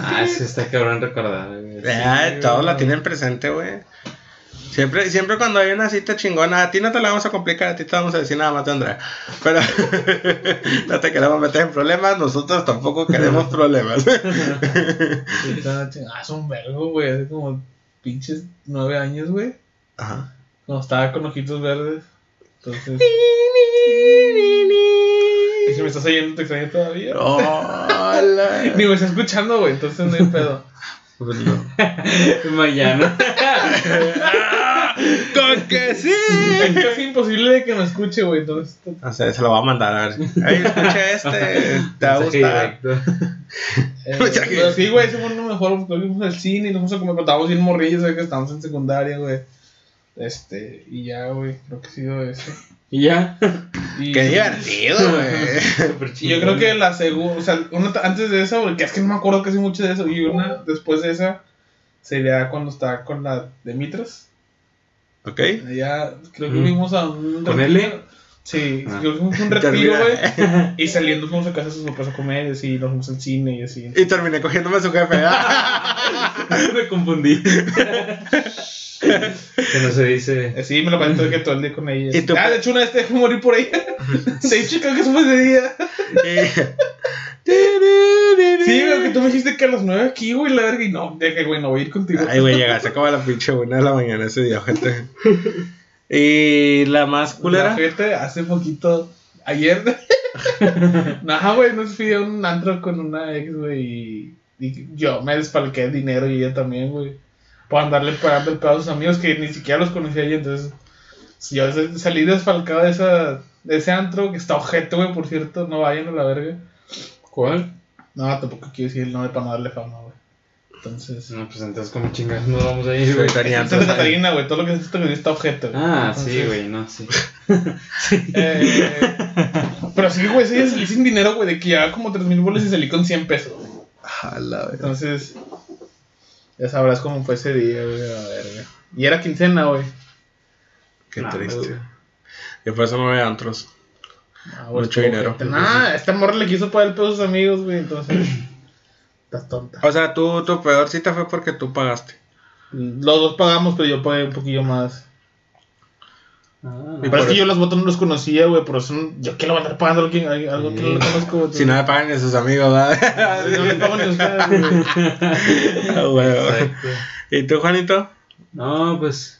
S3: Ah, sí, está cabrón recordar, güey.
S1: Ah, todos la tienen presente, güey. Siempre, siempre cuando hay una cita chingona, a ti no te la vamos a complicar, a ti te vamos a decir nada más de Andrea. Pero no te queremos meter en problemas, nosotros tampoco queremos problemas.
S2: Ah, es un vergo, güey. Hace como pinches nueve años, güey.
S1: Ajá.
S2: Cuando estaba con ojitos verdes. Entonces. Y si me estás oyendo, te extraño todavía.
S1: Hola.
S2: Ni me está escuchando, güey, entonces no hay pedo.
S3: Pues no. Mañana.
S1: ¡Con que sí!
S2: Es casi imposible de que me escuche, güey, entonces.
S1: O sea, se lo va a mandar a ver. Ay, escucha este. Te va a
S3: Mensaje
S1: gustar.
S3: directo.
S2: Eh,
S1: O sea que-
S2: pero sí, güey, ese fue uno mejor. porque Fuimos al cine y nos fuimos a comer. Estábamos bien morrillos, güey, que estábamos en secundaria, güey. Este, y ya, güey, creo que ha sido eso.
S3: Y ya.
S2: Y,
S1: Qué divertido, güey.
S2: y yo creo que la segunda, o sea, una ta- antes de esa, porque es que no me acuerdo casi mucho de eso. Y una después de esa sería cuando estaba con la de Mitras.
S1: ¿Ok?
S2: Allá creo que
S3: Mm.
S2: fuimos a un.
S3: ¿Con
S2: retiro.
S3: L?
S2: Sí,
S3: Ah.
S2: creo que fuimos a un
S1: Te
S2: retiro,
S1: olvida.
S2: güey. Y saliendo fuimos a casa de sus papás a comer y así, nos fuimos al cine y así.
S1: Y terminé cogiéndome a su jefe. Ah.
S3: Me confundí. que no se dice.
S2: Así me lo pasé todo el- que todo el día con ella.
S1: ¿Y tú?
S2: Ah, de hecho, una vez te dejó morir por ella. De hecho, creo que eso fue ese día. Sí, güey, que tú me dijiste que a las 9 aquí, güey, la verga. Y no, deje, güey, no voy a ir contigo.
S1: Ay, güey, llegaste como a la pinche una de la mañana ese día, gente. Y la más
S2: La
S1: culera.
S2: gente hace poquito, ayer. Nada, güey, nos fui a un antro con una ex, güey. Y, y yo me despalqué el dinero y ella también, güey. Por andarle pagando el pedo a sus amigos que ni siquiera los conocía y entonces. Yo sa- salí desfalcado de, esa, de ese antro que está ojete, güey, por cierto. No vayan a la verga.
S3: ¿Cuál?
S2: No, tampoco quiero decir el nombre para no darle fama, güey. Entonces.
S3: No, pues entonces, como chingados, no vamos a ir,
S1: Sí,
S3: güey.
S1: güey, tenía
S2: Santa
S1: antes ahí.
S2: Catarina, güey, todo lo que es esto está objeto. güey.
S3: Ah, sí,
S2: Entonces,
S3: güey, no, sí.
S2: eh, pero sí, güey, sí, salí sin dinero, güey, de que llevaba como 3 mil bolas y salí con 100 pesos. güey.
S1: A la verga.
S2: Entonces, ya sabrás cómo fue ese día, güey, a ver, güey. Y era quincena, güey.
S1: Qué
S3: Nah,
S1: triste.
S3: güey.
S1: Yo por eso no veo antros.
S2: Ah, güey,
S1: Mucho
S2: estuvo
S1: dinero.
S2: ojete. Nah, este morro le quiso pagar el pedo a sus amigos, güey, entonces. Estás tonta.
S1: O sea, tú, tu peor cita fue porque tú pagaste.
S2: Los dos pagamos, pero yo pagué un poquillo más.
S3: Ah,
S1: Y
S2: Pero es
S1: por-
S2: que yo los votos no los conocía, güey, por eso no- yo quiero andar pagando a alguien- a algo que no lo conozco, güey.
S1: Si no me pagan a sus amigos, ¿verdad?
S2: No les pago ni a ustedes, güey.
S1: Ah, güey.
S3: exacto.
S1: ¿Y tú, Juanito?
S3: No, pues.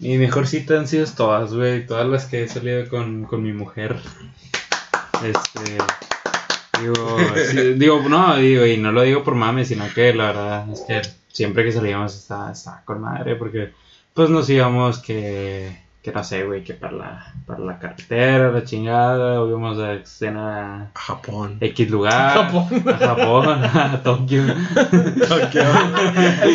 S3: Mi mejor cita han sido todas, güey. Todas las que he salido con, con mi mujer. Este. Digo, sí, digo, no, digo, y no lo digo por mame, sino que la verdad es que siempre que salíamos estaba, estaba con madre, porque pues nos íbamos que, que no sé, güey, que para la, para la carretera, la chingada, o íbamos a escena
S1: A Japón.
S3: X lugar,
S2: Japón.
S3: a Japón, a Tokio.
S1: Tokio.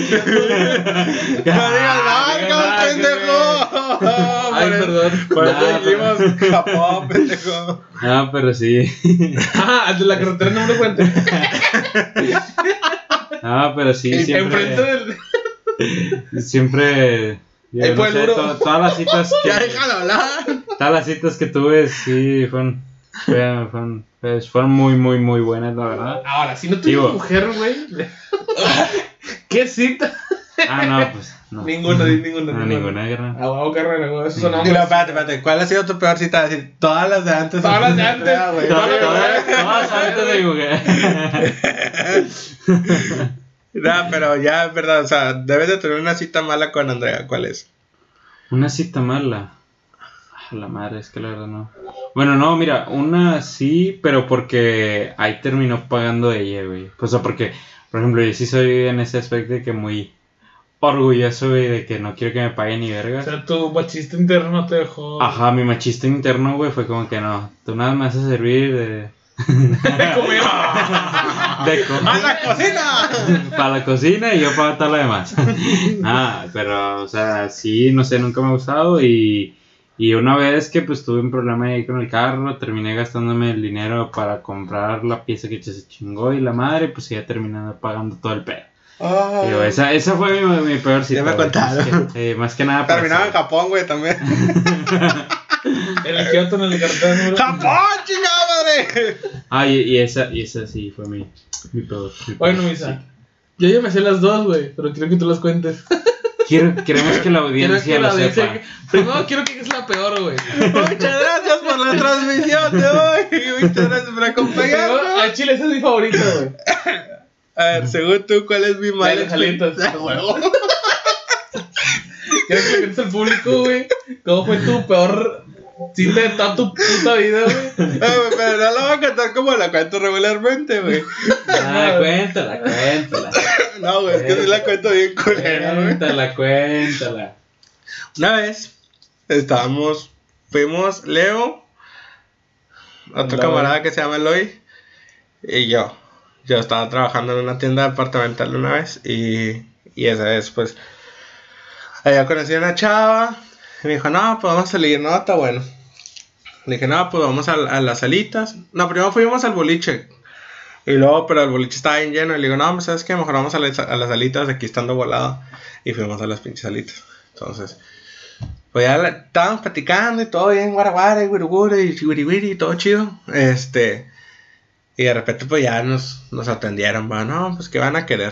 S1: ¡No digas marcas, pendejo!
S3: Ay,
S1: Por eso-
S3: perdón.
S1: Por
S3: Ah,
S1: eso dijimos Japón, pendejo.
S3: Ah, pero sí.
S2: Ah, el de la carretera número 40.
S3: Ah, pero sí,
S2: Enfrente
S3: siempre.
S2: del.
S3: Siempre. yo
S2: El
S3: no
S2: pueblo.
S3: sé, to- todas las citas
S1: Ya
S3: que.
S1: déjalo hablar.
S3: todas las citas que tuve, sí, fueron. Fueron, fueron, pues, fueron muy, muy, muy buenas, la verdad.
S2: Ahora, si no tuvieras
S3: Digo.
S2: mujer, güey. ¿Qué cita?
S3: Ah, no, pues. No,
S2: Ninguna, di ninguna.
S3: no ninguna guerra.
S2: Aguado, carrera, güey. Eso sonaba.
S1: Y luego, espérate, espérate. ¿Cuál ha sido tu peor cita? Decir, todas las de antes.
S2: Todas las de antes.
S1: Ah, güey.
S3: Todas- Todas todas antes de Google.
S1: No, pero ya, es verdad. O sea, debes de tener una cita mala con Andrea. ¿Cuál es?
S3: Una cita mala. Ah, La madre, es que la verdad no. Bueno, no, mira, una sí, pero porque ahí terminó pagando ella, güey. O sea, porque, por ejemplo, yo sí soy en ese aspecto de que muy orgulloso, güey, de que no quiero que me paguen ni
S2: O
S3: verga.
S2: sea, tu machista interno no te dejó.
S3: Ajá, mi machista interno, güey, fue como que no, tú nada más haces servir de,
S2: Te comió.
S3: de co-
S1: ¡A la cocina!
S3: para la cocina y yo para todo lo demás. ah, pero, o sea, sí, no sé, nunca me ha gustado y, y una vez que pues tuve un problema ahí con el carro, terminé gastándome el dinero para comprar la pieza que se chingó y la madre, pues ya terminando pagando todo el pedo. Digo, esa, esa fue mi, mi peor cita.
S1: Ya me
S3: güey, más
S1: contaron.
S3: que- eh, más que nada. por
S1: Terminaba
S3: eso.
S1: en Japón, güey, también.
S2: En el Kioto, en el carretera número.
S1: ¡Japón, chingada madre!
S3: Ah, y, y esa, y esa sí fue mi, mi peor. mi peor
S2: Bueno,
S3: cita.
S2: Misa. Yo ya me sé las dos, güey. Pero quiero que tú las cuentes.
S3: Quiero, queremos que la
S2: Quiero
S3: audiencia
S2: que la
S3: lo
S2: de-
S3: sepa.
S2: Primero quiero que es la peor, güey.
S1: Muchas gracias por la transmisión de hoy. Muchas gracias por
S2: Primero,
S1: acompañarnos.
S2: al chile, ese es mi favorito, güey.
S1: A ver, según tú, ¿cuál es mi
S2: Dale,
S1: mala
S2: jalitos.
S1: experiencia? Huevo.
S2: Quiero que le cuentes al público, güey, cómo fue tu peor Sí te está tu puta vida, güey.
S1: Eh, güey, pero no la va a cantar como la cuento regularmente, güey.
S3: Ah, cuéntala, cuéntala.
S1: No, güey, es que sí la cuento bien culera, güey.
S3: Cuéntala, cuéntala.
S1: Una vez estábamos, fuimos Leo, otro
S2: Leo.
S1: camarada que se llama Eloy, y yo. Yo estaba trabajando en una tienda departamental una vez y, y esa vez, pues, allá conocí a una chava. Y me dijo, no, pues vamos a salir, no, está bueno. Le dije, no, pues vamos a, a las salitas. No, primero fuimos al boliche. Y luego, pero el boliche estaba bien lleno. Y le digo, no, pues, ¿sabes qué? Mejor vamos a, las- a las alitas, aquí estando volado. Y fuimos a las pinches alitas. Entonces, pues ya la- estábamos platicando y todo bien, guaraguara y guirugura y guiriguiri y todo chido. Este, y de repente, pues ya nos, nos atendieron, va, no, pues que van a querer.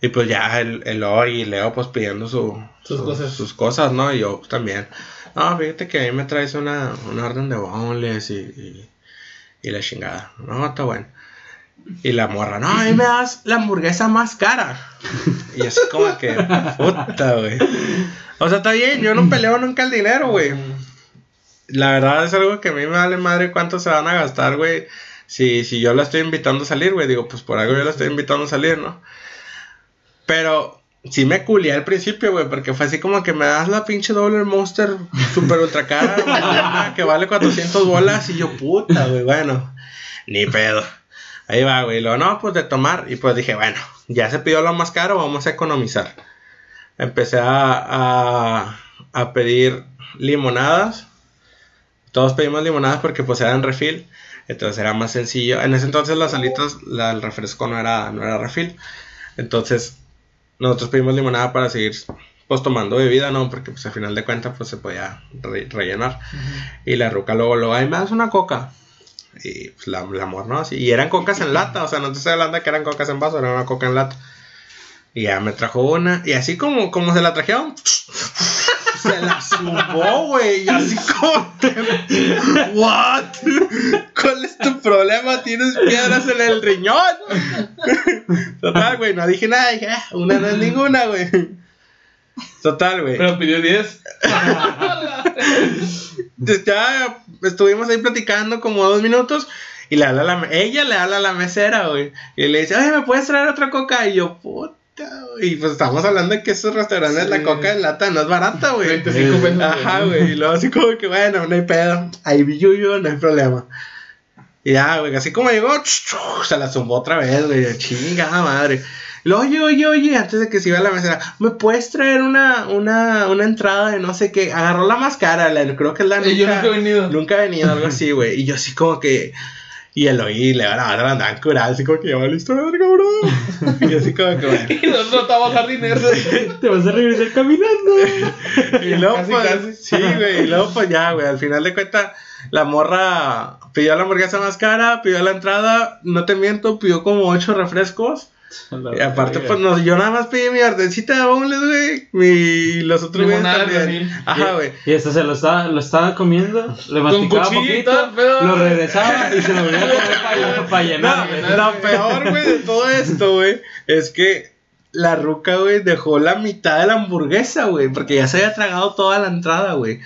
S1: Y pues ya el, el hoy y Leo, pues pidiendo su,
S2: Sus cosas.
S1: sus cosas, ¿no? Y yo pues, también. No, fíjate que ahí me traes una, una orden de bonles y, y, y la chingada. No, está bueno. Y la morra, no, ahí me das la hamburguesa más cara. Y así como que, puta, güey. O sea, está bien, yo no peleo nunca el dinero, güey. La verdad es algo que a mí me vale madre cuánto se van a gastar, güey. Si, si yo la estoy invitando a salir, güey, digo, pues por algo yo la estoy invitando a salir, ¿no? Pero sí me culié al principio, güey, porque fue así como que me das la pinche doble monster super ultra cara, mamona, que vale 400 bolas, y yo, puta, güey, bueno, ni pedo. Ahí va, güey, lo no, pues de tomar, y pues dije, bueno, ya se pidió lo más caro, vamos a economizar. Empecé a, a, a pedir limonadas. Todos pedimos limonadas porque pues eran refil. Entonces era más sencillo. En ese entonces las alitas, la- el refresco no era, no era refil. Entonces nosotros pedimos limonada para seguir pues tomando bebida, ¿no? Porque pues al final de cuentas pues se podía re- rellenar. Y la ruca luego lo, ay, me das una coca. Y pues la, la amor, ¿no? Así, y eran cocas en lata, o sea, no te estoy hablando de que eran cocas en vaso, era una coca en lata. Y ya me trajo una, y así como, como se la trajeron, se la sumó, güey, y así como te... ¿What? ¿Cuál es tu problema? ¿Tienes piedras en el riñón? Total, güey, no dije nada, dije, "Ah, una no es ninguna, güey. Total, güey.
S2: Pero pidió 10.
S1: Entonces, ya estuvimos ahí platicando como dos minutos y le habla a la- ella le habla a la mesera, güey. Y le dice, oye, ¿me puedes traer otra coca? Y yo, puta, güey. Y pues estamos hablando de que esos restaurantes
S2: Sí.
S1: la coca en lata no es barata, güey.
S2: 25 pesos.
S1: Ajá, güey. Y luego así como que, bueno, no hay pedo. Ahí vi yuyo, no hay problema. Y ya, güey, así como llegó, se la zumbó otra vez, güey. Chingada madre. Y luego, Oye, oye, oye, antes de que se iba a la mesera, ¿me puedes traer una, una, una entrada de no sé qué? Agarró la más cara, la, creo que es la
S2: Eh, yo nunca he venido.
S1: Nunca he venido algo así, güey. Y yo así como que. Y el oí, le van a dar andaban curada, así como que lleva la historia del cabrón. Y yo así como que, bueno.
S2: Y nosotros estábamos jardinero.
S3: Te vas a regresar caminando.
S1: Y luego,
S2: Casi,
S1: pues,
S2: casi.
S1: sí, güey, y luego, pues ya, güey, al final de cuentas, la morra pidió la hamburguesa más cara, pidió la entrada, no te miento, pidió como ocho refrescos. Y aparte, pues no, yo nada más pedí mi ordencita de boneless, güey, mi- y los otros güeyes
S2: Limonada de
S1: también.
S2: refil.
S1: Ajá, güey.
S3: Y esto se lo estaba, lo estaba comiendo, le masticaba
S2: cuchillo y
S3: poquito,
S2: todo, pero-
S3: lo regresaba y se lo volvía a comer para, para
S1: No,
S3: llenar. güey.
S1: lo peor, güey, de todo esto, güey, es que la ruca, güey, dejó la mitad de la hamburguesa, güey, porque ya se había tragado toda la entrada, güey.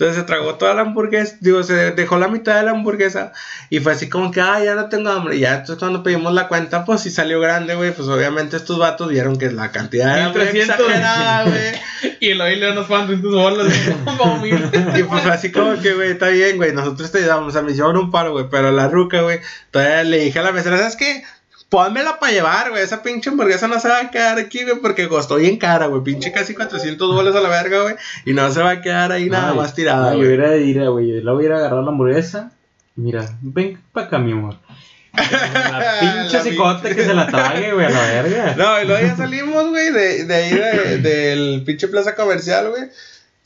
S1: Entonces se tragó toda la hamburguesa, digo, se dejó la mitad de la hamburguesa y fue así como que, ah, ya no tengo hambre. Y ya entonces cuando pedimos la cuenta, pues sí salió grande, güey, pues obviamente estos vatos vieron que la cantidad de hambre
S2: 1300.
S1: exagerada, güey.
S2: Y el oído nos pagan 300 bolas. Vamos, mira.
S1: Y pues fue así como que, güey, está bien, güey. Nosotros te damos, a mí me hicieron un paro, güey. Pero la ruca, güey, todavía le dije a la mesera, ¿sabes qué? Pónmela para llevar, güey. Esa pinche hamburguesa no se va a quedar aquí, güey, porque costó bien cara, güey. Pinche casi 400 bolas a la verga, güey. Y no se va a quedar ahí nada
S3: Ay,
S1: más tirada,
S3: no, Yo
S1: güey.
S3: hubiera ido, güey, yo la hubiera agarrado la hamburguesa. Mira, ven para acá, mi amor. Ah, La pinche
S1: La
S3: psicote que se la trague, güey, a la verga.
S1: No, y luego ya salimos, güey, de, de ahí de- del pinche plaza comercial, güey.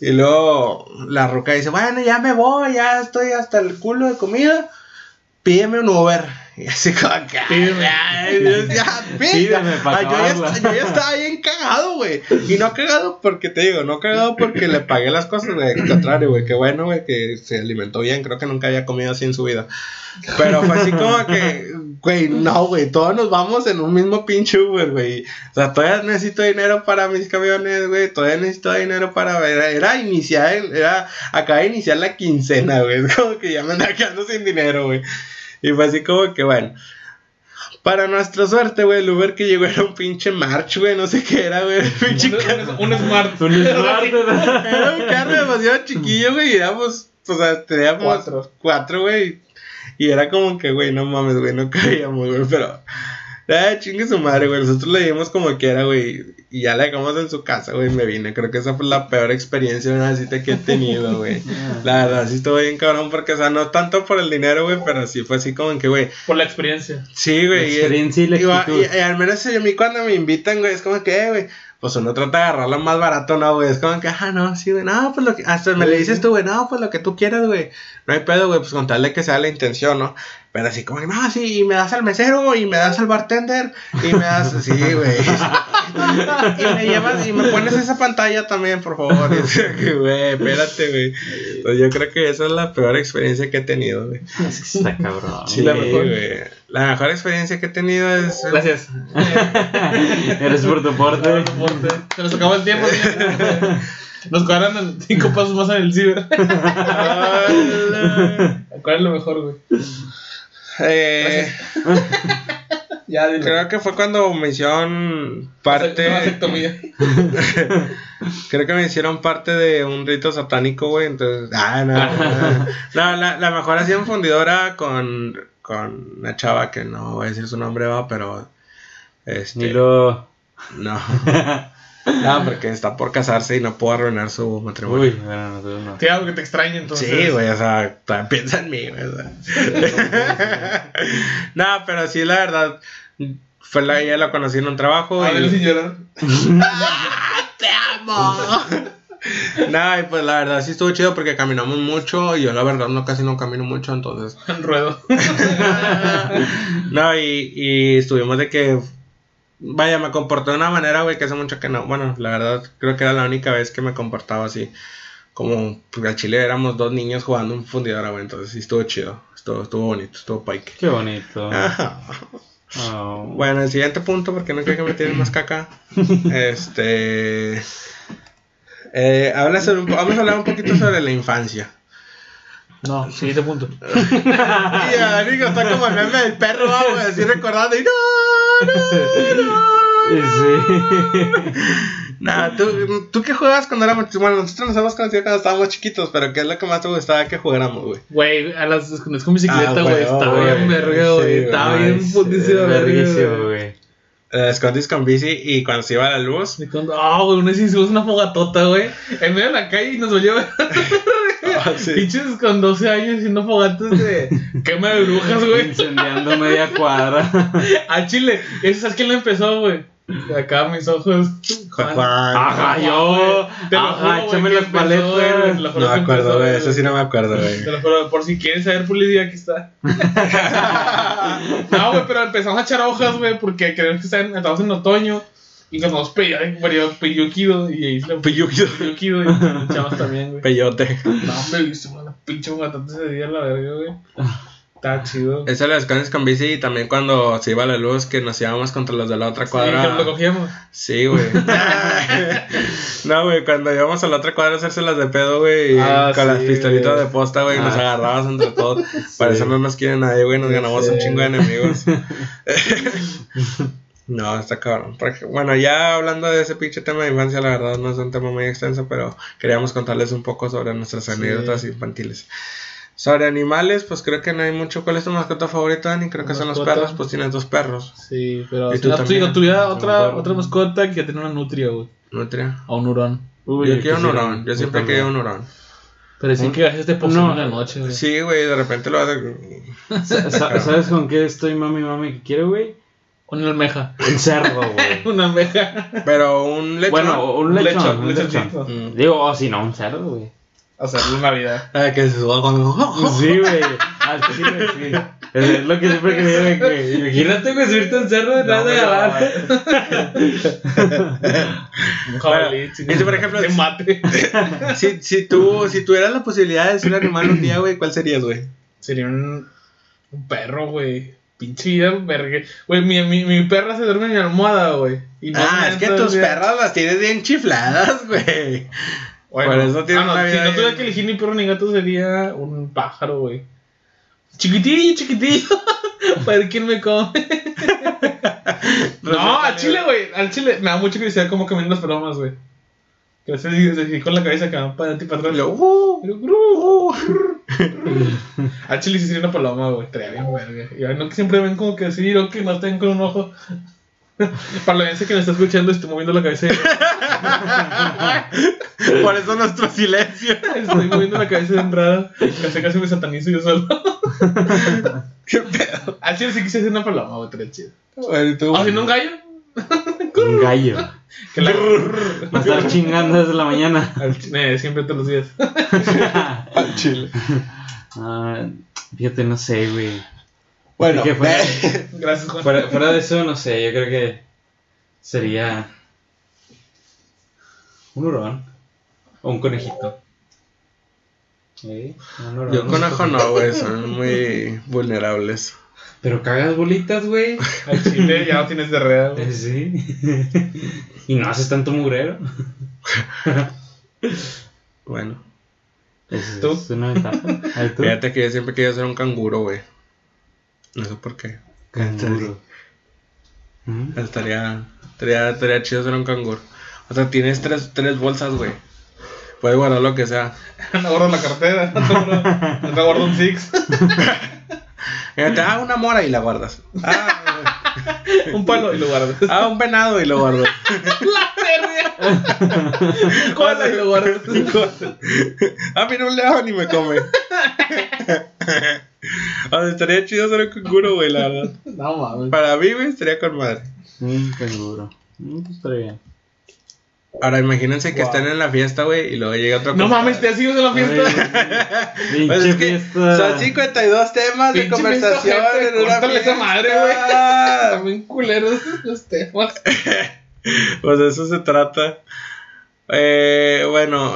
S1: Y luego la ruca dice, bueno, ya me voy, ya estoy hasta el culo de comida. Pídeme un Uber. Y así como que.
S2: Pídeme.
S1: Ay, Dios, ya,
S3: Pídeme
S1: verga.
S3: pa'
S1: Ay, yo, ya,
S3: acabarla.
S1: yo ya estaba bien cagado, güey. Y no cagado porque te digo, no cagado porque le pagué las cosas, güey. Al contrario, güey. Qué bueno, güey, que se alimentó bien. Creo que nunca había comido así en su vida. Pero fue así como que, güey, no, güey. Todos nos vamos en un mismo pinche Uber, güey. O sea, todavía necesito dinero para mis camiones, güey. Todavía necesito dinero para. Era, era iniciar, el- era. Acaba de iniciar la quincena, güey. Es como que ya me andaba quedando sin dinero, güey. Y fue así como que, bueno. Para nuestra suerte, güey, el Uber que llegó era un pinche March, güey, no sé qué era, güey. un Pinche carro.
S2: Un, un- un smart.
S3: Un smart, ¿verdad?
S1: Era un carro demasiado chiquillo, güey, y éramos, o sea, teníamos
S2: Cuatro.
S1: cuatro, güey. Y era como que, güey, no mames, güey, no cabíamos, güey, pero... Ah, chingue su madre, güey. Nosotros le dimos como quiera, güey. Y ya la dejamos en su casa, güey. Me vine. Creo que esa fue la peor experiencia de una cita que he tenido, güey.
S3: Ah,
S1: La verdad, sí estuvo bien cabrón. Porque, o sea, no tanto por el dinero, güey. Pero sí fue así como que, güey.
S2: Por la experiencia.
S1: Sí, güey.
S3: La experiencia y la
S1: va-
S3: actitud.
S1: y- y al menos a mí cuando me invitan, güey, es como que, eh, güey, pues uno trata de agarrarlo más barato, ¿no, güey? Es como que, ah, no, sí, güey, no, pues lo que... Hasta me le dices tú, güey, no, pues lo que tú quieras, güey. No hay pedo, güey, pues con tal de que sea la intención, ¿no? Pero así como, que, no, sí, y me das al mesero, y me das al bartender, y me das... Sí, güey. y me llevas, y me pones esa pantalla también, por favor. Y es como que, Güey, espérate, güey. Pues yo creo que esa es la peor experiencia que he tenido, güey.
S3: Está cabrón.
S1: Sí, la mejor. güey. La mejor experiencia que he tenido es.
S2: Gracias.
S3: Eres por tu aporte.
S2: Se nos acabó el tiempo. señor. Nos cuadran en cinco pasos más en el ciber.
S1: Hola.
S2: ¿Cuál es lo mejor, güey?
S1: Eh,
S2: Ya, dilo.
S1: creo que fue cuando me hicieron
S2: Una
S1: parte.
S2: vasectomía.
S1: Creo que me hicieron parte de un rito satánico, güey. Entonces. Ah, no. no, no. No, la, la mejor hacía en fundidora con, con una chava que no voy a decir su nombre, va, pero. Este,
S3: Nilo.
S1: No. No, porque está por casarse y no puedo arruinar su matrimonio.
S3: Uy, bueno, nosotros no.
S2: Te hago que te extrañe entonces.
S1: Sí, güey, o sea, también piensa en mí, güey. o sea. no, pero sí, la verdad, fue la ella la conocí en un trabajo
S2: A ver si
S1: y...
S2: llorar.
S1: ¡Te amo! no, y pues la verdad sí estuvo chido porque caminamos mucho y yo la verdad no casi no camino mucho, entonces...
S2: En ruedo.
S1: no, y, y estuvimos de que... Vaya, me comporté de una manera, güey, que hace mucho que no. Bueno, la verdad, creo que era la única vez que me comportaba así. Como pues, al chile éramos dos niños jugando un fundidora, güey. Entonces sí estuvo chido. Estuvo, estuvo bonito, estuvo pike.
S3: Qué bonito.
S1: Ah. Ajá.
S3: Oh.
S1: Bueno, el siguiente punto, porque no creo que me tienen más caca. Este. eh, habla sobre un po- vamos a hablar un poquito sobre la infancia.
S2: No, siguiente punto.
S1: Y ya, digo, está como el meme del perro, ah, güey, así recordando. Y no, no, no.
S3: Sí.
S1: Nah, ¿tú, ¿tú qué jugabas cuando éramos chicos? Bueno, nosotros nos hemos conocido cuando estábamos chiquitos, pero ¿qué es lo que más te gustaba que jugáramos, güey?
S2: Güey, a las desconozco con bicicleta,
S1: Ah,
S2: güey.
S1: güey,
S2: Está
S1: oh,
S2: bien
S1: güey.
S2: verga,
S1: Sí,
S2: güey.
S1: güey.
S2: Está
S1: Ay,
S2: bien putísimo,
S3: Verguísimo,
S2: verga.
S3: güey.
S1: Eh, Scotties con bici y cuando se iba la luz.
S2: Y cuando- Ah, güey, una vez hicimos una fogatota, güey. En medio de la calle y nos volvió a
S1: Ah, sí.
S2: Pinches con 12 años haciendo fogatas de quema de brujas, güey.
S3: Incendiando media cuadra.
S2: A Chile. ¿Esa es quién la empezó, güey? De acá mis ojos. Ah,
S1: Juan- Juan.
S3: Ajá, yo.
S1: Ah,
S2: Te lo juro,
S3: Ajá,
S2: güey,
S3: échame
S2: que
S3: las
S2: empezó, güey,
S3: paletas.
S2: te lo
S1: No
S2: juro
S1: me
S2: que empezó,
S1: acuerdo, güey. Eso sí no me acuerdo,
S2: Te
S1: güey.
S2: lo juro, por si quieren saber policía, aquí está. no, güey, pero empezamos a echar hojas, güey, porque creemos que están- estamos en otoño. Y cuando nos pedía, peyuquido, y ahí se lo
S1: Peyuquido.
S2: peyuquido, y chavas también, güey.
S1: Peyote.
S2: No, hombre, viste una pinche batata ese día, la verga, güey. Está chido.
S1: Eso de las Scotties con bici y también cuando se iba la luz que nos íbamos contra los de la otra
S2: Sí, que lo
S1: cuadra.
S2: cogíamos.
S1: Sí, güey. no, güey, cuando íbamos a la otra cuadra a hacerse las de pedo, güey, y
S2: Ah,
S1: con las
S2: sí,
S1: pistolitas
S2: güey.
S1: de posta, güey, nos
S3: Ah.
S1: agarrabas entre todos. Para eso no nos quiere nadie, güey, nos ganamos un
S2: Sí.
S1: chingo de enemigos. no, está cabrón. Porque, bueno, ya hablando de ese pinche tema de infancia, la verdad no es un tema muy extenso, pero queríamos contarles un poco sobre nuestras anécdotas infantiles. Sobre animales, pues creo que no hay mucho. ¿Cuál es tu mascota favorita, Dani? Creo que son los
S2: Mascota.
S1: perros, pues tienes dos perros.
S2: Sí, pero
S1: Y
S2: si
S1: tú
S2: no,
S1: también.
S2: si no tuviera
S3: Un
S2: otra,
S3: perro.
S2: otra mascota que tiene una nutria, güey.
S1: Nutria.
S2: O un hurón.
S3: Uy,
S1: yo
S2: pues
S1: quiero un
S3: quisiera-
S1: orón, yo siempre
S3: también.
S1: quiero un orón.
S2: Pero sí
S3: Un-
S2: que haces este poseo
S3: no.
S2: en la noche, güey.
S1: Sí, güey, de repente lo hace.
S3: Sa- sa- ¿Sabes con qué estoy mami, mami? que quiero, güey?
S2: Una almeja.
S3: Un cerdo, güey.
S2: Una almeja.
S1: Pero un lechón.
S3: Bueno, un
S2: Un
S3: lechón. Un lechón.
S2: lechoncito.
S1: Mm.
S3: Digo, o si no, un cerdo, güey.
S2: O sea, una Navidad.
S1: Ah, que se suba cuando.
S3: Sí, güey. Al chile, sí. Es lo que siempre creía de que. Imagínate, güey, subirte a un cerro de nada de agarrar.
S2: Un jabalí, chingada.
S1: ese, por ejemplo,
S2: De
S1: es-
S2: mate.
S1: Si, si, tú, si tuvieras la posibilidad de ser un animal un día, güey, ¿cuál serías, güey?
S2: Sería un, un perro, güey. Pinche vida, verga. Güey, mi, mi, mi perra se duerme en mi almohada, güey. Y no
S1: ah,
S2: me
S1: es que
S2: entra
S1: tus
S2: el día.
S1: perras las tienes bien chifladas, güey.
S2: Bueno,
S1: Por eso tienen
S2: ah, no,
S1: una
S2: si
S1: vida
S2: no tuviera
S1: bien-
S2: que elegir ni perro ni gato, sería un pájaro, güey. Chiquitillo, chiquitillo. Para ver quién me come. no, al chile, güey. Al chile. Me da mucha curiosidad cómo caminan las palomas, güey. Que se así con la cabeza que van para adelante y para atrás.
S1: Lo- uh,
S2: Pero, gru.
S1: uh.
S2: Al chile sí sería una paloma, güey. Estaría bien, verga. Y ahora no que siempre ven como que así, o que no te ven con un ojo. Para la gente que nos está escuchando, estoy moviendo la cabeza.
S1: Por eso nuestro silencio.
S2: Estoy moviendo la cabeza bien rara. Casi casi me satanizo yo solo.
S1: Qué pedo.
S2: Al chile sí quise hacer una paloma, güey. Estaría chido.
S1: Bueno, tú-
S2: O si no, un gallo.
S3: Un gallo.
S2: Que la...
S3: Va a estar chingando desde la mañana.
S2: Al chile, eh, siempre todos los días.
S1: Al chile.
S3: Ah, fíjate, no sé, güey.
S1: Bueno,
S3: Que fuera-
S2: Gracias, Juan.
S3: Fuera, fuera de eso, no sé, yo creo que sería un hurón o un conejito. ¿Eh? Un hurón.
S1: yo conejo no, güey, son muy vulnerables.
S3: Pero cagas bolitas, güey.
S2: Al chile ya no tienes diarrea, güey.
S3: Eh, Sí. y no haces tanto mugrero.
S1: Bueno,
S3: Es,
S2: ¿Tú?
S3: es una ventaja. A ver, tú.
S1: fíjate que yo siempre quería ser un canguro, güey. No sé por qué.
S3: Canguro. ¿Mm?
S1: Estaría, estaría, estaría chido ser un canguro. O sea, tienes tres, tres bolsas, güey. Puedes guardar lo que sea.
S2: No guardo la cartera. No guardo, no guardo un six.
S1: Fíjate, ah, una mora y la guardas. Ah,
S2: Un palo y lo guardas.
S1: ah, un venado y lo guardas.
S2: Cola y lo guardas.
S1: ah, mira un león y me come. O sea, estaría chido ser un canguro, güey, la verdad.
S2: No mames.
S1: Para mí, güey, estaría con madre.
S3: Un canguro. Mm, pues estaría bien.
S1: Ahora imagínense que
S2: Wow.
S1: están en la fiesta, güey, y luego llega otro
S2: No mames, te
S1: compadre.
S2: has ido de la fiesta.
S3: Pinche
S1: Pues es que
S3: fiesta.
S1: son 52 temas de
S2: Pinche
S1: conversación
S2: fiesta, gente,
S1: en una
S2: córtale esa madre,
S1: fiesta.
S2: También culeros los temas.
S1: Pues de eso se trata. Eh, bueno,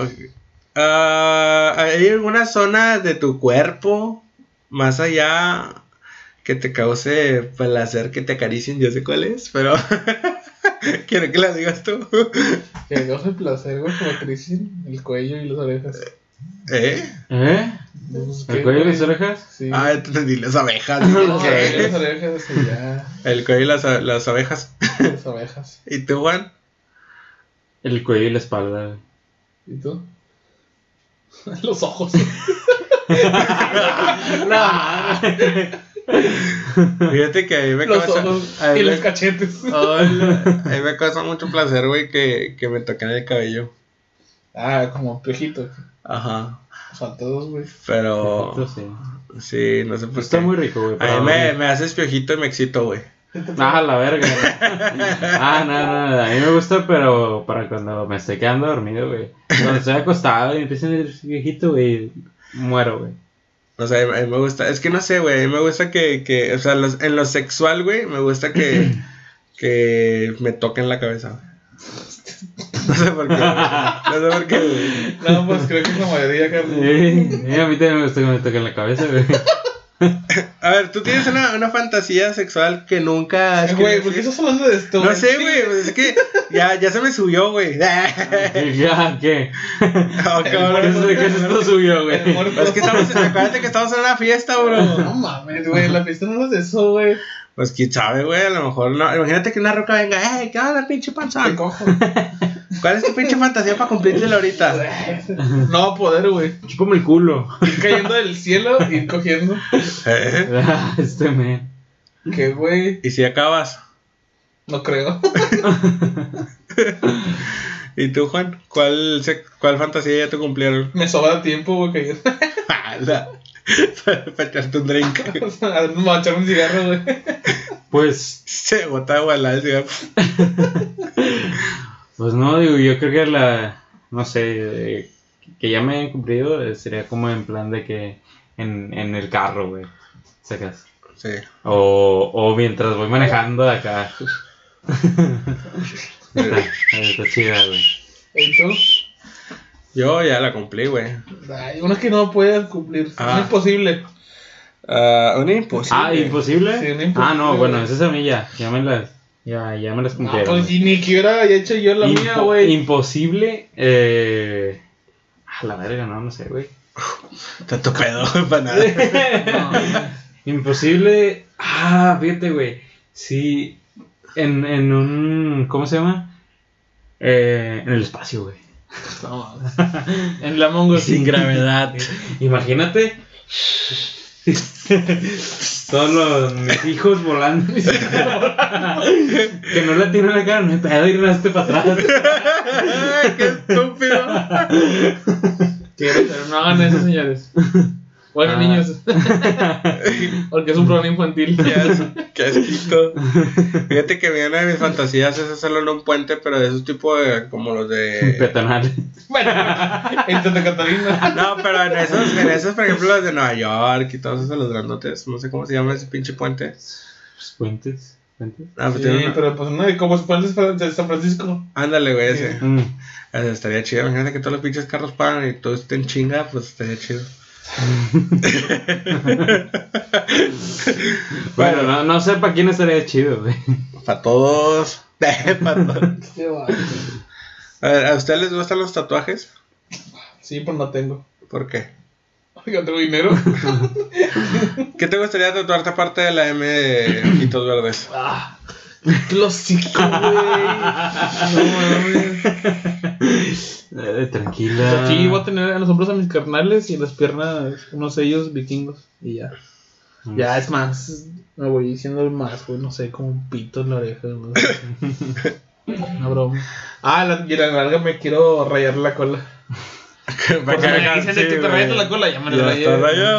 S1: ah, ¿hay alguna zona de tu cuerpo más allá que te cause placer que te acaricien? Yo sé cuál es, pero quiero que la digas tú.
S2: Que me causa placer, güey, como Cristian. El cuello y las orejas.
S1: ¿Eh?
S3: ¿Eh?
S2: Pues, ¿qué,
S3: ¿El cuello y
S2: güey?
S3: las orejas?
S2: Sí.
S1: Ah, entendí las abejas.
S2: No,
S1: ¿Qué?
S2: las orejas y ya.
S1: El cuello y las, a- las abejas.
S2: Las ovejas.
S1: ¿Y tú, Juan?
S3: El cuello y la espalda. güey.
S2: ¿Y tú? Los ojos.
S1: Fíjate que a mí me
S2: Los
S1: causa-
S2: ojos
S1: a mí
S2: y
S1: me-
S2: los cachetes.
S1: Hola. A mí me causa mucho placer, güey, que, que me toquen el cabello.
S2: Ah, como piojito.
S1: Ajá.
S2: Faltados, güey.
S1: Pero.
S3: Esto sí.
S1: Sí, no sé por
S3: Está
S1: qué.
S3: muy rico, güey.
S1: A
S3: pero-
S1: mí me, me haces piojito y me excito, güey.
S3: Ah, la verga. ah, no, no, no, a mí me gusta, pero para cuando me estoy quedando dormido, güey. Cuando estoy acostado y empiezo a decir viejito, güey, muero, güey.
S1: O sea, a mí- a mí me gusta. Es que no sé, güey. A mí me gusta que. que o sea, los- en lo sexual, güey, me gusta que. que me toquen la cabeza, güey. No sé por qué. güey. No sé por qué. güey.
S2: No, pues creo que es la mayoría, Carlos.
S3: Sí, sí, a mí también me gusta que me toquen la cabeza, güey.
S1: A ver, tú tienes una, una fantasía sexual que nunca has
S2: Eh, Güey,
S1: querido
S2: ¿por qué
S1: decir?
S2: estás hablando de esto?
S1: No sé, güey. pues es que ya, ya se me subió, güey.
S3: Ya, "Ah, ¿qué?
S1: No, Ah, cabrón.
S3: ¿Qué es, qué es esto suyo, güey?
S2: El muerto.
S1: Es que estamos, acuérdate que estamos en una fiesta,
S2: No
S1: bro.
S2: mames, güey, la fiesta no es de eso, güey.
S1: Pues quién sabe, güey, a lo mejor no. Imagínate que una roca venga, ¡eh, qué onda, pinche
S2: Te
S1: panzón!
S2: cojo.
S1: ¿Cuál es tu pinche fantasía para cumplírtela ahorita?
S2: No va a poder, güey.
S3: Chúpame el culo.
S2: Ir cayendo del cielo, ir cogiendo.
S1: ¿Eh?
S3: Ah, este men.
S2: Que, güey,
S1: ¿Y si acabas?
S2: no creo.
S1: ¿Y tú, Juan? ¿Cuál, se- cuál fantasía ya te cumplieron?
S2: Me sobra tiempo, güey, cayendo.
S1: para echarte un drink.
S2: O sea, me voy a echar un cigarro, güey.
S3: Pues,
S1: Se bota de gualada, diga,
S3: pues no, digo, yo creo que la. No sé, eh, que ya me hayan cumplido eh, sería como en plan de que. En, en el carro, güey. Sacas.
S1: Sí.
S3: O, o mientras voy manejando de acá. está, está chida, güey.
S2: Entonces,
S1: Yo ya la cumplí, güey.
S2: hay unas que no puedes cumplir.
S1: Ah.
S2: Es imposible.
S1: Ah, una imposible.
S3: Ah, ¿imposible?
S2: Sí, no imposible,
S3: Ah, no,
S2: güey.
S3: bueno, esas a mí ya. Ya me las, ya, ya me las
S2: Ah,
S3: cumplieron.
S2: pues, y ni que hubiera hecho yo la
S3: Impo-
S2: mía, güey.
S3: Imposible. Eh... A la verga, no, no sé, güey.
S1: Tanto pedo, güey, para nada.
S3: Imposible. Ah, fíjate, güey. Sí. En, en un. ¿Cómo se llama? Eh, en el espacio, güey.
S2: No, mames. en la Mongo.
S3: Sin gravedad. Imagínate. Todos los mis hijos volando. mis hijos volando. que no la tienen la cara, no hay pedo ir este para atrás.
S1: Ay, qué estúpido.
S2: Pero no hagan eso, señores. Bueno,
S3: Ah.
S2: niños. Porque es un programa infantil.
S1: Qué as- Qué asquito. Fíjate que mi una de mis fantasías es hacerlo en un puente, pero de esos tipos de, como los de...
S3: Peatonal.
S2: Bueno, en Santa Catarina.
S1: No, pero en esos, en esos, por ejemplo, los de Nueva York y todos esos, los grandotes, no sé cómo se llama ese pinche puente.
S3: Pues, Puentes. Puentes.
S1: Ah, pues
S2: Sí,
S1: tiene una-
S2: pero pues no, y como puentes de San Francisco.
S1: Ándale, güey, ese.
S3: Mm.
S1: O sea, estaría chido, imagínate que todos los pinches carros paran y todo esté en chinga, pues estaría chido.
S3: Bueno, no, no sé para quién estaría chido, güey.
S1: Para todos. pa' todos. A ver, ¿a ustedes les gustan los tatuajes?
S2: Sí, pues no tengo.
S1: ¿Por qué?
S2: Porque no tengo dinero.
S1: ¿Qué te gustaría tatuarte aparte de la M de Ojitos Verdes?
S2: Ah, clásico, güey. No mames.
S3: Eh, tranquila.
S2: Sí, voy a tener en los hombros a mis carnales y en las piernas unos sellos vikingos y ya.
S3: Mm.
S2: Ya es más, me voy diciendo más, güey, no sé, como un pito en la oreja. No sé. Una broma. Ah, la, y en la nalga me quiero rayar la cola. Porque me dicen de que te rayaste la cola, ya me la rayé.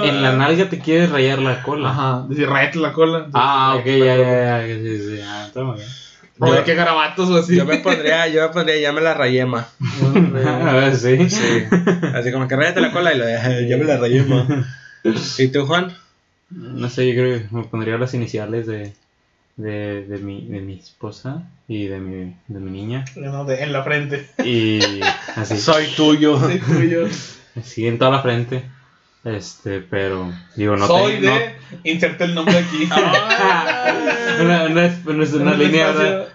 S3: En la nalga te quieres rayar la cola.
S2: Ajá, decir rayate la cola.
S3: Ah, ok, ya, ya, ya. Sí, sí, ah, está muy bien.
S2: O de qué garabatos o así.
S1: Yo me pondría, yo me pondría, ya me la rayé, ma.
S3: A ver, sí.
S1: Sí. Así como que rayate la cola y lo deja, ya me la rayé, ma. ¿Y tú, Juan?
S3: No sé, yo creo que me pondría las iniciales de, de, de, mi, de mi esposa y de mi, de mi niña.
S2: No, de- en la frente.
S3: Y así.
S1: Soy tuyo.
S2: Sí, tuyo.
S3: Sí, en toda la frente. Este, pero. Digo, no
S2: Soy
S3: te-
S2: de.
S3: no-
S2: Inserte el nombre aquí.
S3: una, una, una- una
S2: Un
S3: línea.
S2: espacio.
S3: ¿verdad?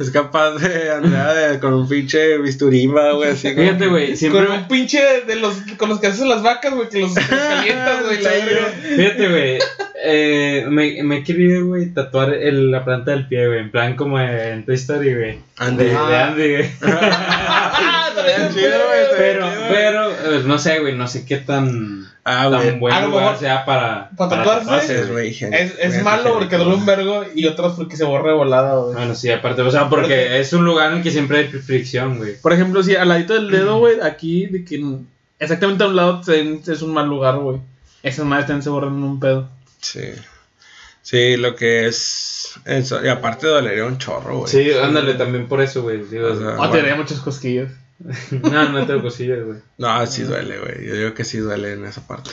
S1: Es capaz de andar de- con un pinche bisturimba, güey, así como-
S3: Fíjate, güey, siempre.
S2: Con un pinche de los. Con los que haces las vacas, güey, que los calientas, güey. la
S1: Sí,
S2: verga.
S3: Fíjate, güey. eh, me, me he querido, güey, tatuar el- la planta del pie, güey. En plan como en Toy Story, güey.
S1: Ande.
S3: De, de Andy, güey.
S2: Ah, también
S1: Está chido, güey, está
S3: Pero, pero, eh, no sé, güey, no sé qué tan,
S1: Ah,
S3: tan
S1: güey.
S3: buen
S2: a lo
S3: lugar
S2: mejor-
S3: sea para...
S2: ¿Para tatuarse?
S1: Haces, güey, gente.
S2: Es, es
S1: Voy a
S2: malo
S1: hacer
S2: porque
S1: el-
S2: duele un vergo y otras porque se borra de volada, güey.
S3: Bueno, sí, aparte, o sea, porque es un lugar en el que siempre hay fricción, güey.
S2: Por ejemplo, si al ladito del dedo, güey, aquí, de que n- exactamente a un lado se- es un mal lugar, güey. Esas madres también se borran en un pedo.
S1: Sí. Sí, lo que es eso. Y aparte dolería un chorro, güey.
S3: Sí, ándale, también por eso, güey. digo,
S1: O sea,
S2: O
S1: Ah,
S2: te
S1: bueno.
S2: daría muchas cosquillas.
S3: no, no tengo cosillas, güey.
S1: No, sí duele, güey. Yo digo que sí duele en esa parte.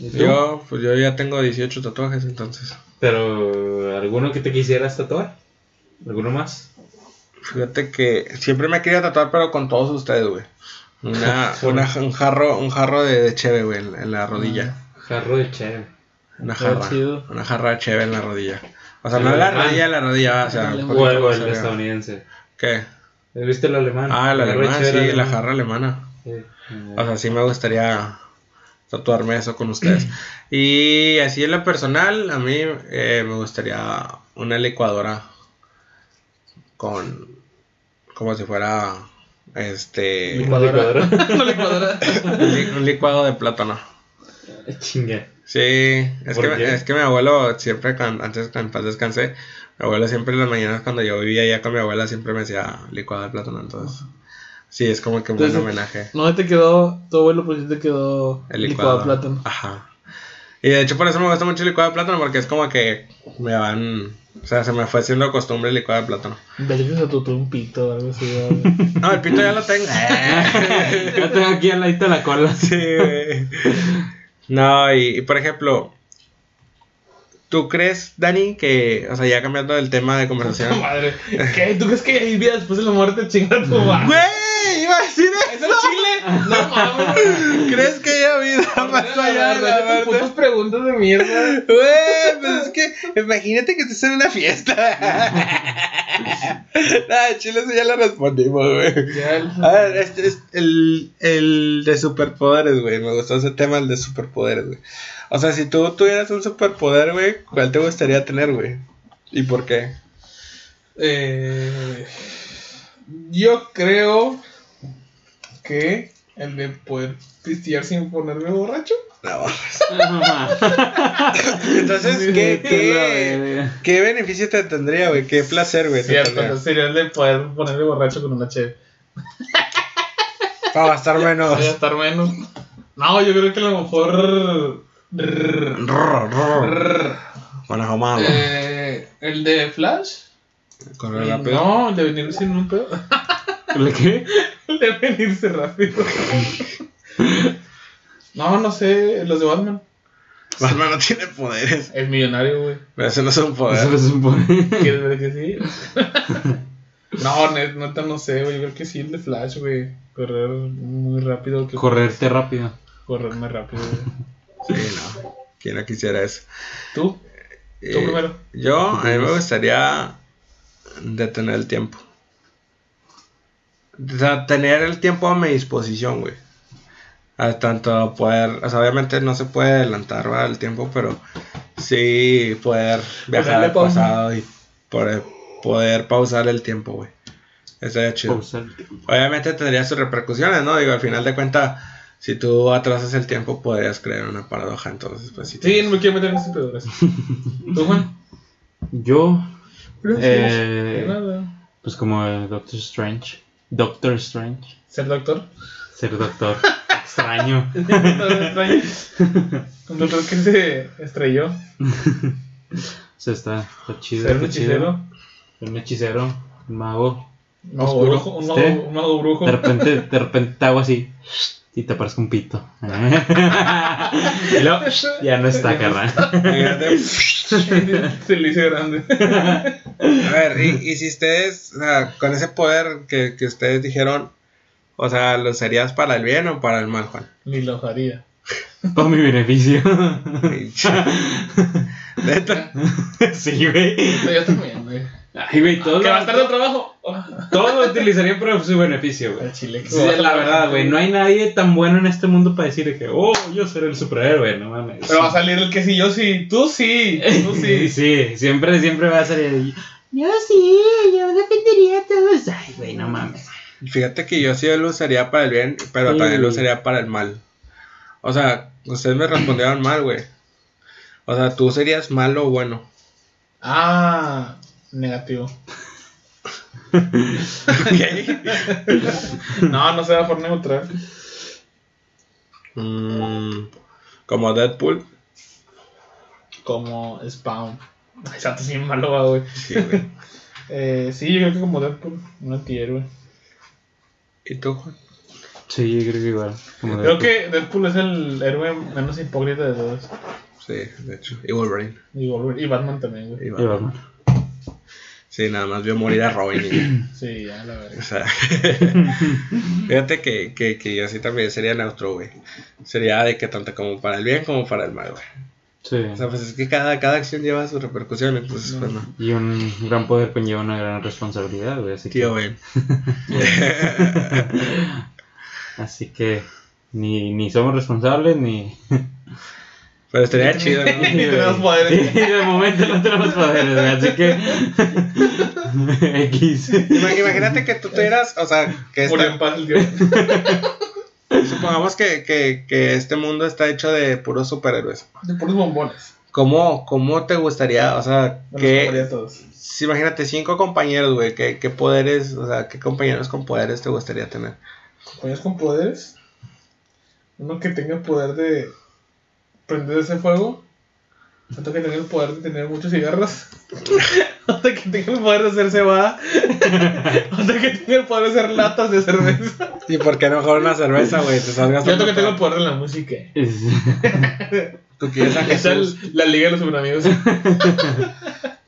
S3: ¿Y tú?
S1: Yo, pues yo ya tengo 18 tatuajes, entonces.
S3: Pero, ¿alguno que te quisieras tatuar? ¿Alguno más?
S1: Fíjate que siempre me quería tatuar, pero con todos ustedes, güey. Una, una- un jarro, un jarro de, de cheve, güey, en, en
S3: Ah,
S1: la rodilla.
S3: Jarro de chévere.
S1: Una
S2: Está
S1: jarra.
S2: chido.
S1: Una jarra de cheve en la rodilla. O sea,
S3: El
S1: no en la
S3: alemán.
S1: rodilla, en la rodilla, o sea,
S2: El
S1: un
S2: alemán.
S1: poquito
S3: ah. O
S1: más
S3: el
S1: arriba.
S3: estadounidense.
S1: ¿Qué?
S3: ¿Viste el alemán?
S1: Ah, la
S3: Jarro de
S1: alemana, sí,
S3: chévere
S1: la
S3: alemán.
S1: jarra alemana.
S2: Eh,
S3: Sí.
S1: O sea, sí me gustaría tatuarme eso con ustedes. Y así en lo personal, a mí eh, me gustaría una licuadora con... como si fuera...
S2: eh,
S1: este...
S3: Licuadora.
S2: No le cuadra.
S1: un li- un licuado de plátano.
S3: Chinga.
S1: Sí, es
S3: ¿Por
S1: que, me-
S3: qué?
S1: es que mi abuelo siempre, cuan- antes que en paz descansé, mi abuelo siempre en las mañanas cuando yo vivía allá con mi abuela siempre me hacía licuado de plátano, entonces... Sí, es como que un buen
S2: Entonces-
S1: homenaje.
S2: No te quedó tu abuelo, pero sí te quedó
S1: El licuado.
S2: licuado de plátano.
S1: Ajá. Y de hecho por eso me gusta mucho el licuado de plátano, porque es como que me van... O sea, se me fue haciendo costumbre el licuado de plátano.
S2: Verga, se tatuó un pito o algo así, güey.
S1: No, el pito ya lo tengo.
S3: Ya tengo aquí al ladito la cola.
S1: sí, güey. No, y, y por ejemplo... ¿Tú crees, Dani, que, o sea, ya cambiando el tema de
S2: Puta
S1: conversación?
S2: madre. ¿Qué? ¿Tú crees que hay vida después de la muerte? Chinga tu madre.
S1: ¡Güey! ¡Iba a decir
S2: ¿Es
S1: eso!
S2: el chile? No mames.
S1: ¿Crees que haya vida más allá de la
S2: Tus
S1: muerte?
S2: putas Pues preguntas de mierda.
S1: Güey, pues es que imagínate que estés en una fiesta. Nada, chile, eso ya lo respondimos, güey.
S2: Ya, el-
S1: A ver, este es el, el de superpoderes, güey. Me gustó ese tema, el de superpoderes, güey. O sea, si tú tuvieras un superpoder, güey, ¿cuál te gustaría tener, güey? ¿Y por qué?
S2: Eh, yo creo que el de poder pistear sin ponerme borracho.
S1: No.
S3: Entonces,
S1: Entonces, ¿qué, qué, qué beneficio te tendría, güey? ¿Qué placer, güey? te
S2: Cierto,
S1: tendría?
S2: entonces sería el de poder ponerme borracho con una cheve.
S1: Para gastar menos.
S2: Voy a estar menos. No, yo creo que a lo mejor.
S1: Rrr, rrr. Con ahumado.
S2: Eh, el de Flash.
S1: Con el rápido.
S2: No, el de venir sin un pedo.
S3: ¿Le qué?
S2: El de venirse rápido. No, no sé, los de Batman.
S1: Batman no tiene poderes.
S2: Es millonario, güey.
S1: Pero eso no es un
S3: Eso lo
S1: poder.
S3: supone.
S2: ¿Quieres ver que sí? no, net- neta, no sé, güey. Yo creo que sí, el de Flash, güey. Correr muy rápido. Que
S3: Correrte rápido.
S2: Correr más rápido, güey.
S1: Sí, no. ¿Quién no quisiera eso?
S2: ¿Tú? Tú primero.
S1: Eh, Yo, a mí me gustaría detener el tiempo. O sea, tener el tiempo a mi disposición, güey. A tanto poder, o sea, obviamente no se puede adelantar ¿verdad? el tiempo, pero sí poder viajar
S2: Ponerle
S1: al
S2: Pues pausa.
S1: pasado y poder, poder pausar el tiempo, güey. Estaría chido.
S3: Pausarte.
S2: Oh.
S1: Obviamente tendría sus repercusiones, ¿no? Digo, al final de cuentas, si tú atrasas el tiempo, podrías crear una paradoja. Entonces, pues sí.
S2: Sí, no me quiero meter en ese pedo, gracias. ¿Tú, Juan?
S3: Yo,
S2: De
S3: eh,
S2: nada.
S3: pues como el Doctor Strange. Doctor Strange.
S2: ¿Ser doctor?
S3: Ser doctor. Extraño.
S2: Doctor extraño. Un doctor que se estrelló.
S3: O sea, está, está chido.
S2: Ser un
S3: está chido.
S2: hechicero.
S3: Un hechicero. Un mago.
S2: Un mago
S3: Oscuro.
S2: brujo. Un mago,
S3: ¿Usted?
S2: un mago brujo.
S3: De repente, de repente te hago así. Y te aparece un pito. y luego, ya no está, carnal.
S1: Imagínate,
S2: se le hice grande.
S1: A ver, y, y si ustedes, o sea, con ese poder que, que ustedes dijeron, o sea, ¿lo serías para el bien o para el mal, Juan?
S2: Ni lo haría.
S3: Para mi beneficio.
S1: Neta.
S3: sí, güey.
S2: Yo también, güey.
S3: Ay, güey, todo,
S2: ¿Que va a estar de
S3: lo,
S2: trabajo?
S3: todo lo utilizaría para su beneficio, güey.
S2: Al chile. que
S3: Sí, la verdad, güey, no hay nadie tan bueno en este mundo para decir que, oh, yo seré el superhéroe, no mames.
S2: Pero va a salir el que sí, yo sí, tú sí, tú sí.
S3: Sí, sí, siempre, siempre va a salir ahí, Yo sí, yo defendería a todos. Ay, güey, no mames.
S1: Fíjate que yo sí lo usaría para el bien, pero
S3: Sí.
S1: también lo usaría para el mal. O sea, ustedes me respondieron mal, güey. O sea, ¿tú serías malo o bueno?
S2: Ah, negativo. No, no se va por neutral.
S1: Mm, Como Deadpool.
S2: Como Spawn. Ay, Exacto, sí, malo va, güey.
S1: Sí, güey.
S2: Eh, sí, yo creo que como Deadpool, un antihéroe.
S1: ¿Y tú, Juan?
S3: Sí, yo creo que igual. como
S2: Creo
S3: Deadpool.
S2: que Deadpool es el héroe menos hipócrita de todos.
S1: Sí, de hecho. Y Wolverine.
S2: Y, Wolverine- y Batman también, güey.
S1: Y
S3: Y
S1: Batman.
S3: Batman.
S1: Sí, nada más vio morir a Robin y ya.
S2: Sí, ya, la verdad.
S1: O sea, fíjate que, que, que yo así también sería neutro, güey. Sería de que tanto como para el bien como para el mal, güey.
S3: Sí.
S1: O sea, pues es que cada, cada acción lleva sus repercusiones, pues pues, no.
S3: Y un gran poder conlleva una gran responsabilidad, güey. Así,
S1: Tío, güey.
S3: que, así que ni, ni somos responsables ni.
S1: Pero estaría chido, ¿no?
S2: Ni tenemos poderes.
S3: Sí, de momento no tenemos poderes, güey. Así que. X.
S1: Ima- Imagínate que tú tuvieras, o sea, que
S2: Murió en
S1: esta-
S2: paz el tío.
S1: supongamos que, que, que este mundo está hecho de puros superhéroes.
S2: De puros bombones.
S1: ¿Cómo, cómo te gustaría, o sea,
S2: Me los comería
S1: que,
S2: a todos.
S1: si imagínate cinco compañeros, güey, ¿qué, qué poderes, o sea, qué compañeros con poderes te gustaría tener?
S2: ¿Compañeros con poderes? Uno que tenga el poder de prender ese fuego. Otro que tenga el poder de tener muchos cigarros. Otro que tenga el poder de hacer cebada. Otro que tenga el poder de hacer latas de cerveza.
S1: ¿Y por qué no mejor una cerveza, güey? Te estás
S2: Y
S1: gastando
S2: otro que tenga el
S1: todo.
S2: poder de la música.
S3: Es-
S1: Tú quieres a
S2: Esa
S1: Jesús.
S2: es la liga de los superamigos.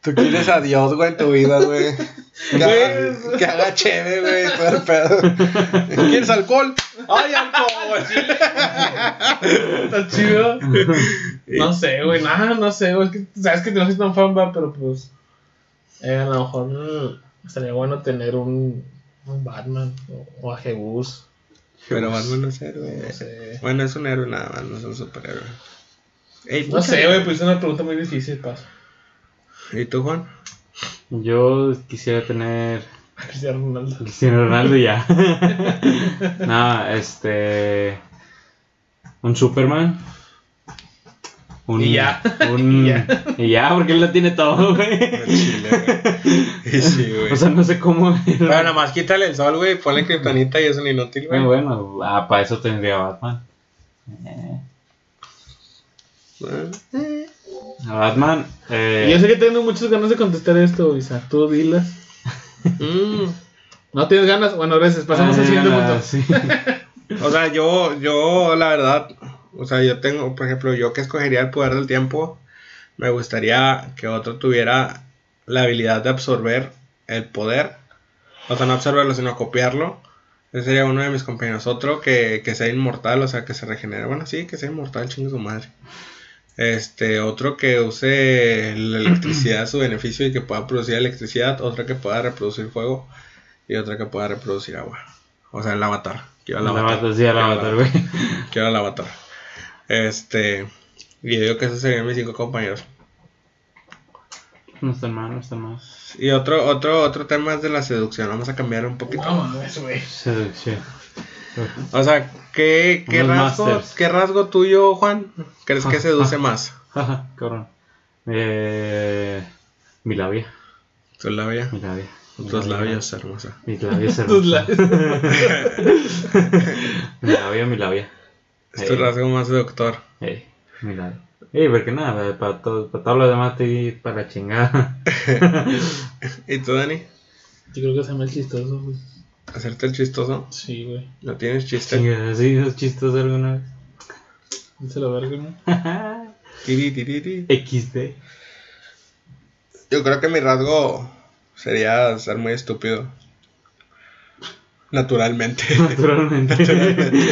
S1: Tú quieres a Dios, güey, en tu vida, güey. Que haga,
S2: Güey.
S1: que haga chévere, güey, todo el pedo. ¿Quieres alcohol?
S2: ¡Ay, alcohol! Está chido. No sé, güey, nada, no sé, güey. Es que, sabes que no soy tan fan, va, pero pues. eh, a lo mejor mm, estaría bueno tener un, un Batman o, o a Jebus.
S1: Pero Batman no es héroe.
S2: No sé.
S1: Bueno, es un héroe nada más, no es un superhéroe. Ey,
S2: No sé, güey, pues es una pregunta muy difícil, paso.
S1: ¿Y tú, Juan?
S3: Yo quisiera tener
S2: A Cristiano Ronaldo.
S3: Cristiano Ronaldo ya. no, este. Un Superman. Un,
S2: Y ya.
S3: un-
S2: Y
S3: y,
S2: ya.
S3: ya. porque él lo tiene todo, güey.
S1: Chile, güey. Sí, güey.
S3: O sea, no sé cómo.
S1: Pero nada más quítale el sol, güey, ponle criptonita y es un inútil, güey.
S3: Bueno, bueno, ah, para eso tendría a Batman. Eh,
S1: Ah,
S3: a Batman. eh,
S2: Yo sé que tengo muchas ganas de contestar esto, Isa. Tú dilas.
S1: mm.
S2: ¿No tienes ganas? Bueno, gracias. Pasamos al
S3: eh,
S2: siguiente
S3: la-
S2: punto.
S3: sí.
S1: O sea, yo, yo, la verdad, o sea, yo tengo, por ejemplo, yo que escogería el poder del tiempo, me gustaría que otro tuviera la habilidad de absorber el poder. O sea, no absorberlo, sino copiarlo. Ese sería uno de mis compañeros. Otro que, que sea inmortal, o sea, que se regenere. Bueno, sí, que sea inmortal, chingue su madre. Este, otro que use la electricidad a su beneficio y que pueda producir electricidad. Otro que pueda reproducir fuego. Y otro que pueda reproducir agua. O sea, el avatar. Quiero
S3: La
S1: el
S3: Batman, sí, la
S1: Quiero el
S3: Batman, güey.
S1: Quiero el avatar. Este, y yo digo que esos serían mis cinco compañeros.
S3: No está mal, no está mal.
S1: Y otro, otro, otro tema es de la seducción. Vamos a cambiar un poquito.
S2: No mames, güey.
S3: Seducción.
S1: O sea, ¿qué, qué
S3: Unos
S1: rasgo,
S3: masters. Ah,
S1: ¿qué rasgo tuyo, Juan, crees que seduce más?
S3: Jaja, cabrón. Eh, mi labia,
S1: Tu labia.
S3: mi labia. mi
S1: Tus
S3: labia.
S1: labios, hermosa.
S3: Mi labia es
S2: Tus
S3: hermosa.
S2: labios.
S3: Mi labia, mi labia.
S1: Es tu
S3: Ey.
S1: rasgo más seductor.
S3: Ey, mi labia. Ey, porque nada, para todo, para todo lo demás estoy para la chingada.
S1: ¿Y tú, Dani?
S2: Yo creo que se me es chistoso, güey.
S1: ¿Hacerte el chistoso?
S2: Sí, güey.
S1: ¿No tienes chiste?
S3: Chingada, ¿sí? ¿Los chistes alguna vez?
S2: Dice la verga, ¿no?
S1: Tiri, tiri, tiri.
S3: XD.
S1: Yo creo que mi rasgo sería ser muy estúpido. Naturalmente.
S3: Naturalmente.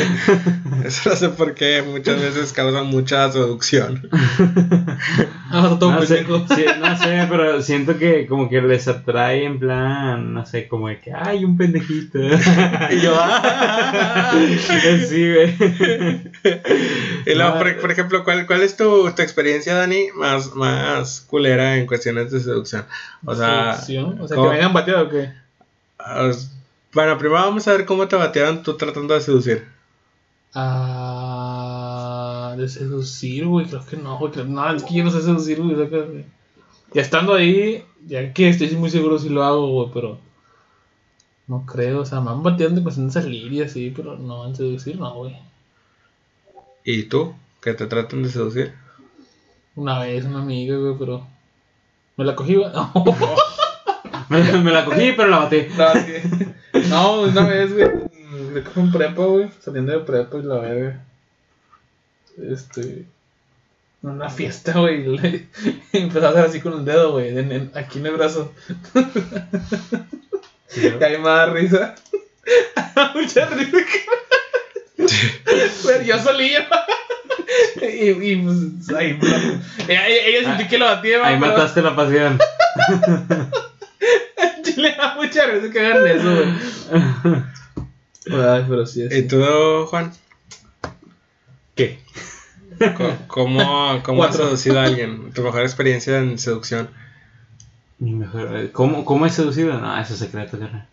S1: Eso no sé por qué muchas veces causa mucha seducción.
S2: Ah, está todo
S3: No sé,
S2: pendejo.
S3: sí, no sé, pero siento que como que les atrae en plan, no sé, como de que hay un pendejito.
S1: Y yo, ¡ah!
S3: sí, güey.
S1: Y luego,
S3: No,
S1: por, por ejemplo, ¿cuál, cuál es tu, tu experiencia, Dani, más, más culera en cuestiones de seducción? O sea,
S2: Seducción. O sea, que
S1: ¿cómo?
S2: me hayan bateado o qué.
S1: os- bueno, primero vamos a ver cómo te batearon tú tratando de seducir.
S2: Ah, de seducir, güey, creo que no, güey. creo- No, es que yo no sé seducir, güey. creo que- Ya estando ahí, ya que estoy muy seguro si lo hago, güey, pero. No creo, o sea, me han bateado en cuestión de salir y así, pero no en seducir, no, güey.
S1: ¿Y tú? ¿Que te tratan de seducir?
S2: Una vez una amiga, güey, pero. Me la cogí, güey. No,
S3: Me, la- me la cogí, pero la maté.
S2: no, sí. No, una vez, güey. mm, Creo que fue en prepa, güey. Saliendo de prepa y la verga. Este. En una fiesta, güey. y le- y Empezó a hacer así con el dedo, güey. en- en- aquí en el brazo. Y ahí me da risa. Mucha risa. Pero yo solía. y, y pues ahí me la- ella, ella sintió que lo batía,
S3: Ahí
S2: pero-
S3: mataste la pasión.
S2: Chile, da mucha risa que hagan eso, güey. Ay, pero sí es.
S1: ¿Y tú, Juan?
S3: ¿Qué?
S1: Co- ¿Cómo, cómo has
S2: Cuatro.
S1: seducido a alguien? ¿Tu mejor experiencia en seducción?
S3: Mi mejor. eh, ¿Cómo, cómo es seducido? No, eso es secreto, carnal.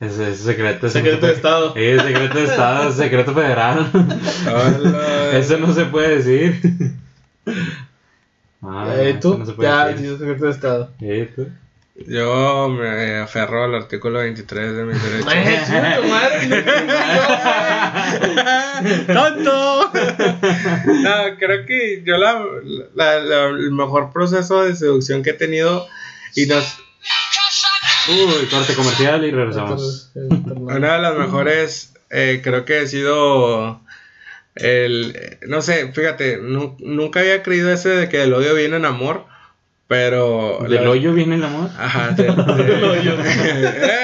S3: Eso es secreto. eso no
S2: Secreto de
S3: se puede-
S2: Estado.
S3: Eh, secreto de Estado, secreto federal.
S1: Hola.
S3: Eso no se puede decir. Ah,
S2: Eh,
S3: eso
S2: tú,
S3: no se puede
S2: ya, sí,
S3: decir.
S2: es secreto de Estado.
S3: Eh, tú.
S1: Yo me aferro al artículo 23 de mis derechos.
S2: Eh, chinga tu madre, no creo que yo, güey. ¡Tonto!
S1: No, creo que yo la, la- la- el mejor proceso de seducción que he tenido y nos,
S3: Uy, corte comercial y regresamos.
S2: Entonces, eh, perdón.
S1: una de las mejores eh, creo que he sido El, no sé, fíjate, nu- nunca había creído ese de que del odio viene en amor, pero...
S3: ¿Del
S1: la-
S3: hoyo viene el amor?
S1: Ajá, de- de-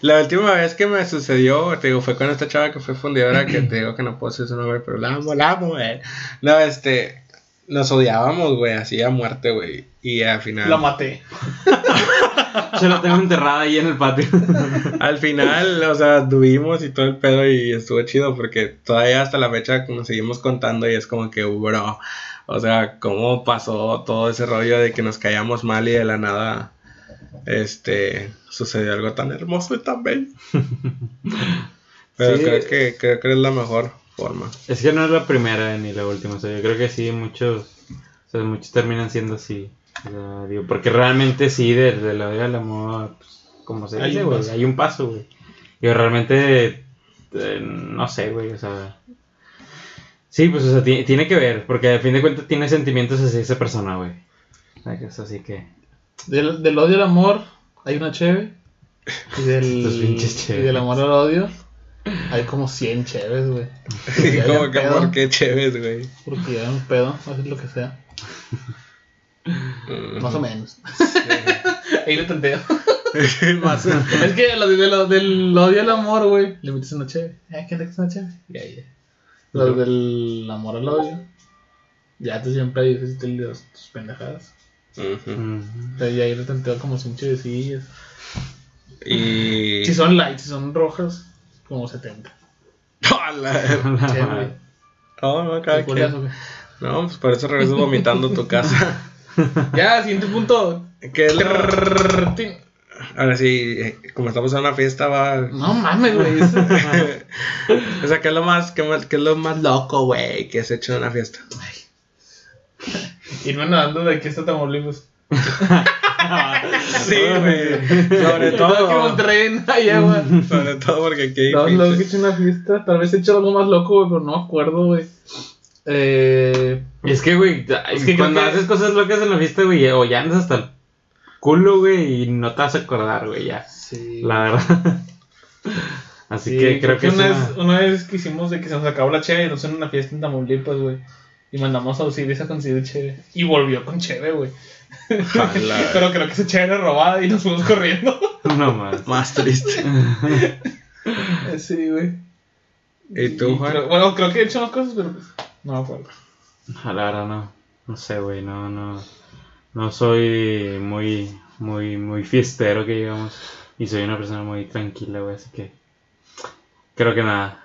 S1: la última vez que me sucedió, te digo, fue con esta chava que fue fundidora, que te digo que no puedo decir su nombre, pero la amo, la amo, güey. No, este, nos odiábamos, güey, así a muerte, güey. Y al final...
S2: La maté.
S3: Se la tengo enterrada ahí en el patio.
S1: Al final, o sea, tuvimos y todo el pedo y estuvo chido porque todavía hasta la fecha nos seguimos contando y es como que, bro, o sea, cómo pasó todo ese rollo de que nos caíamos mal y de la nada, este, sucedió algo tan hermoso y tan bello. Pero
S3: Sí.
S1: creo, que, creo que es la mejor forma.
S3: Es que no es la primera ni la última, o sea, yo creo que sí, muchos, o sea, muchos terminan siendo así. O sea, digo, porque realmente sí, desde la vida del amor, pues, como se
S2: Hay
S3: dice,
S2: un
S3: güey,
S2: paso.
S3: hay un paso, güey. Yo realmente, eh, no sé, güey, o sea... Sí, pues, o sea, ti- tiene que ver, porque al fin de cuentas tiene sentimientos hacia esa persona, güey. O sea, que eso Así que...
S2: Del, del odio al amor hay una cheve. Y del,
S3: Estos pinches
S2: y
S3: cheves.
S2: del amor al odio hay como 100 cheves, güey.
S1: Y
S2: ya
S1: como
S2: había
S1: que,
S2: pedo.
S1: amor, qué chévere, güey.
S2: Porque ya era un pedo, haces lo que sea.
S1: Mm.
S2: Más o menos. Ahí lo tenteo.
S1: Más-
S2: Es que los de lo- del odio al amor, güey, le metes una cheve. Eh, ¿quién te quita una cheve? Y ahí ya. Los del amor al odio, ya te siempre dices te- los- tus pendejadas.
S1: Ujú.
S3: mm,
S2: Entonces, ya ahí lo tenteo como sin chevecillas.
S1: Y...
S2: Si son light, si son rojas, como 70.
S1: Hola.
S2: Cheve.
S1: No, no, cada
S2: Y por
S1: quien.
S2: eso, güey.
S1: No, pues por eso regreso vomitando a tu casa.
S2: Ya, siguiente punto.
S1: Que es lo-
S2: Trrrrrrrrrrrrrrrrrrrrrrrrrrrrrr.
S1: Ahora sí, eh, como estamos en una fiesta, va.
S2: No mames, güey. eso-
S1: o sea, que es lo más, que, más- que es lo más loco, güey, que has hecho en una fiesta.
S2: Irme nadando de aquí hasta Tamaulipas.
S1: Sí, güey. Sobre
S2: Todo que
S1: todo.
S2: Monterrey hay agua.
S1: Sobre todo porque aquí hay
S2: No, no, que he
S1: pinches-
S2: hecho una fiesta. Tal vez he hecho algo más loco, güey, pero no me acuerdo, güey. Eh,
S3: Es que, güey, ta-
S2: Es que
S3: cuando
S2: creo que-
S3: haces cosas locas en la fiesta, güey, o ya andas hasta el culo, güey, y no te vas a acordar, güey, ya.
S2: sí.
S3: La verdad. Así
S2: Sí,
S3: que creo que es
S2: una,
S3: una-
S2: vez, una vez que hicimos de que se nos acabó la cheve y nos en una fiesta en Tamaulipas, güey. Y mandamos a Osiris a conseguir cheve. Y volvió con cheve, güey.
S1: Jala.
S2: Pero creo que esa cheve era robada y nos fuimos corriendo.
S3: no más.
S1: Más triste.
S2: sí, güey.
S1: ¿Y tú, Juan?
S2: creo- bueno, creo que he hecho más cosas, pero pues, no me acuerdo.
S3: No, La verdad no. No sé, güey, no, no. No soy muy, muy, muy fiestero que digamos. Y soy una persona muy tranquila, güey, así que. Creo que nada.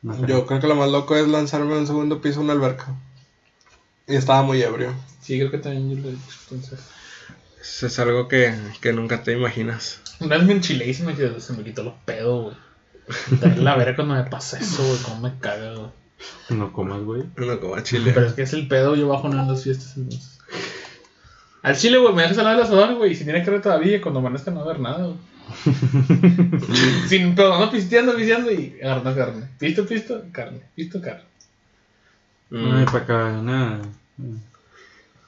S3: No sé.
S1: Yo creo que lo más loco es lanzarme en un segundo piso a una alberca. Y estaba muy ebrio.
S2: Sí, creo que también yo lo he hecho. Entonces.
S1: Eso es algo que, que nunca te imaginas.
S2: Una vez me enchilé y se me, quedó- se me quitó los pedos, güey. También la verga cuando me pasa eso, güey, cómo me caga, güey.
S3: No comas, güey.
S1: No como a Chile.
S2: Pero es que es el pedo, yo bajo nada en las fiestas entonces. Al chile, güey, me dejas al lado del asador, güey, y si tiene que ver todavía, cuando amanezca no va a haber nada, güey. Sin pedo, ando pisteando, pisteando y agarrando carne. Pisto, pisto, carne. Pisto, carne.
S3: No,
S1: Mm.
S3: y para acá, nada.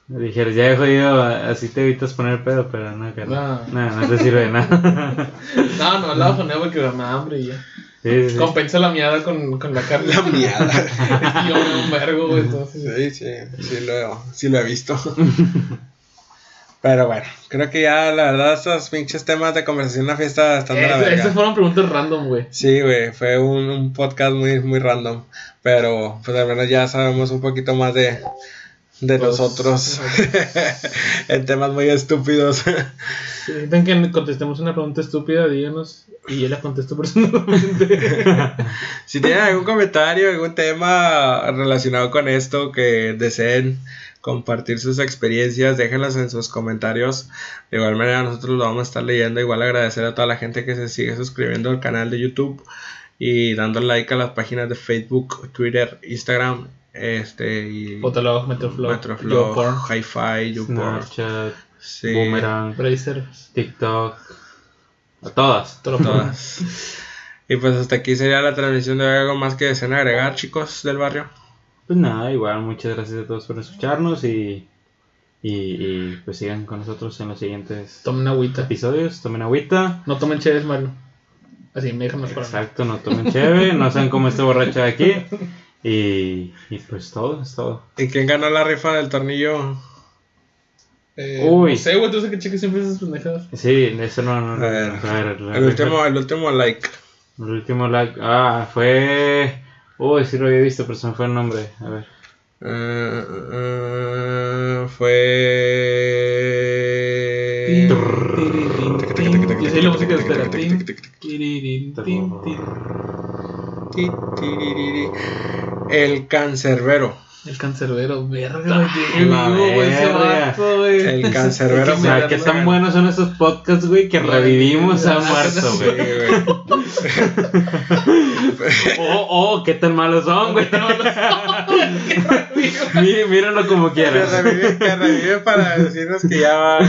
S3: Me dijeras, ya he jodido, así te evitas poner pedo, pero no, carnal.
S2: No.
S3: No, no te sirve de nada.
S2: No, no, la bajoneo porque me da hambre y ya.
S3: Sí, sí, sí.
S2: Compensa la miada con, con la carne.
S1: La miada.
S2: y yo me un vergo, güey, entonces.
S1: Sí, sí, sí lo, sí lo he visto. Pero bueno, creo que ya la verdad estos pinches temas de conversación en una fiesta están de la
S2: Es- Esas
S1: verga.
S2: fueron preguntas random, güey.
S1: Sí, güey, fue un, un podcast muy, muy random. Pero pues al menos ya sabemos un poquito más de, de
S2: Los-
S1: nosotros en temas muy estúpidos.
S2: Si necesitan que contestemos una pregunta estúpida, díganos. Y yo la contesto personalmente.
S1: Si tienen algún comentario, algún tema relacionado con esto que deseen compartir sus experiencias, déjenlas en sus comentarios. De igual manera nosotros lo vamos a estar leyendo. Igual agradecer a toda la gente que se sigue suscribiendo al canal de YouTube y dando like a las páginas de Facebook, Twitter, Instagram, este y
S2: Fotolog, Metroflog,
S1: Metroflog,
S2: YouPorn,
S1: Hi-Fi, YouPorn.
S3: Snapchat,
S1: Sí,
S3: Boomerang,
S2: Bracer,
S3: TikTok. A todas.
S2: todo lo demás.
S1: todas. Y pues hasta aquí sería la transmisión de hoy. algo más que deseen agregar, chicos del barrio.
S3: Pues nada, igual, muchas gracias a todos por escucharnos y, y, y, pues sigan con nosotros en los siguientes
S2: Tomen agüita.
S3: episodios. Tomen agüita.
S2: No tomen cheves, Mario. Así me dejan los para
S3: Exacto, no tomen cheve, no sean como este borracho de aquí. Y, y pues todo, es todo.
S1: ¿Y quién ganó la rifa del tornillo?
S2: Eh,
S3: Uy.
S2: No sé, güey, tú sé que cheques siempre esas pendejadas.
S3: Sí, eso no, no,
S1: A
S3: no,
S1: ver,
S3: a ver, a
S1: el
S3: ver,
S1: último, el último like.
S3: El último like. Ah, fue. Uy, sí lo había visto, pero se me fue el nombre. A ver.
S1: Eh, eh, fue.
S2: Eh, Y así la música de espera. Tin, tirirín, tin, tin.
S1: El cancerbero.
S2: El cancerbero, verga, güey.
S3: la
S2: vivo, güey, ese
S3: verga.
S2: vato, güey.
S1: El cancerbero
S2: Hay
S3: O
S2: que
S3: sea,
S2: mirarlo,
S3: que tan
S2: güey.
S3: buenos son estos podcasts, güey, que revivimos a un muerto,
S1: Sí,
S3: güey.
S1: güey.
S3: Oh, oh, qué tan malos son, güey. Mí- Mírenlo como
S1: Que
S3: quieras.
S1: revive, que revive para decirnos que ya va.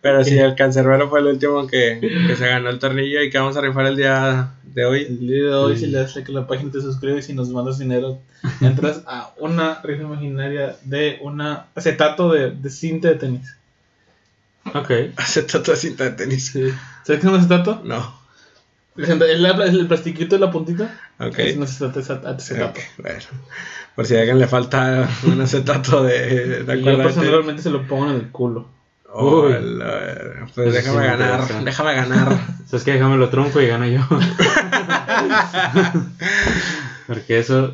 S1: Pero sí, el cancerbero fue el último que, que se ganó el tornillo y que vamos a rifar el día de hoy.
S2: El día de hoy,
S3: Sí.
S2: si le das like a la página, te suscribes y nos mandas dinero, entras a una rifa imaginaria de una acetato de, de cinta de tenis.
S3: Ok.
S1: Acetato de cinta de tenis.
S2: Sí. ¿Sabes qué es un acetato?
S1: No.
S2: La cinta- El, la- el plastiquito de la puntita
S1: Ok.
S2: es un acetato. es a- acetato.
S1: Ok, pues, bueno. Por si a alguien le falta un acetato de, de cola
S2: Y yo
S1: de tenis.
S2: personalmente se lo pongo en el culo.
S1: Oh,
S3: Uy.
S1: la-
S3: Eso
S1: pues
S3: sí
S1: déjame
S3: me
S1: ganar,
S3: interesa.
S1: déjame ganar.
S3: ¿Sabes qué? Déjame lo trunco y gano yo. Porque eso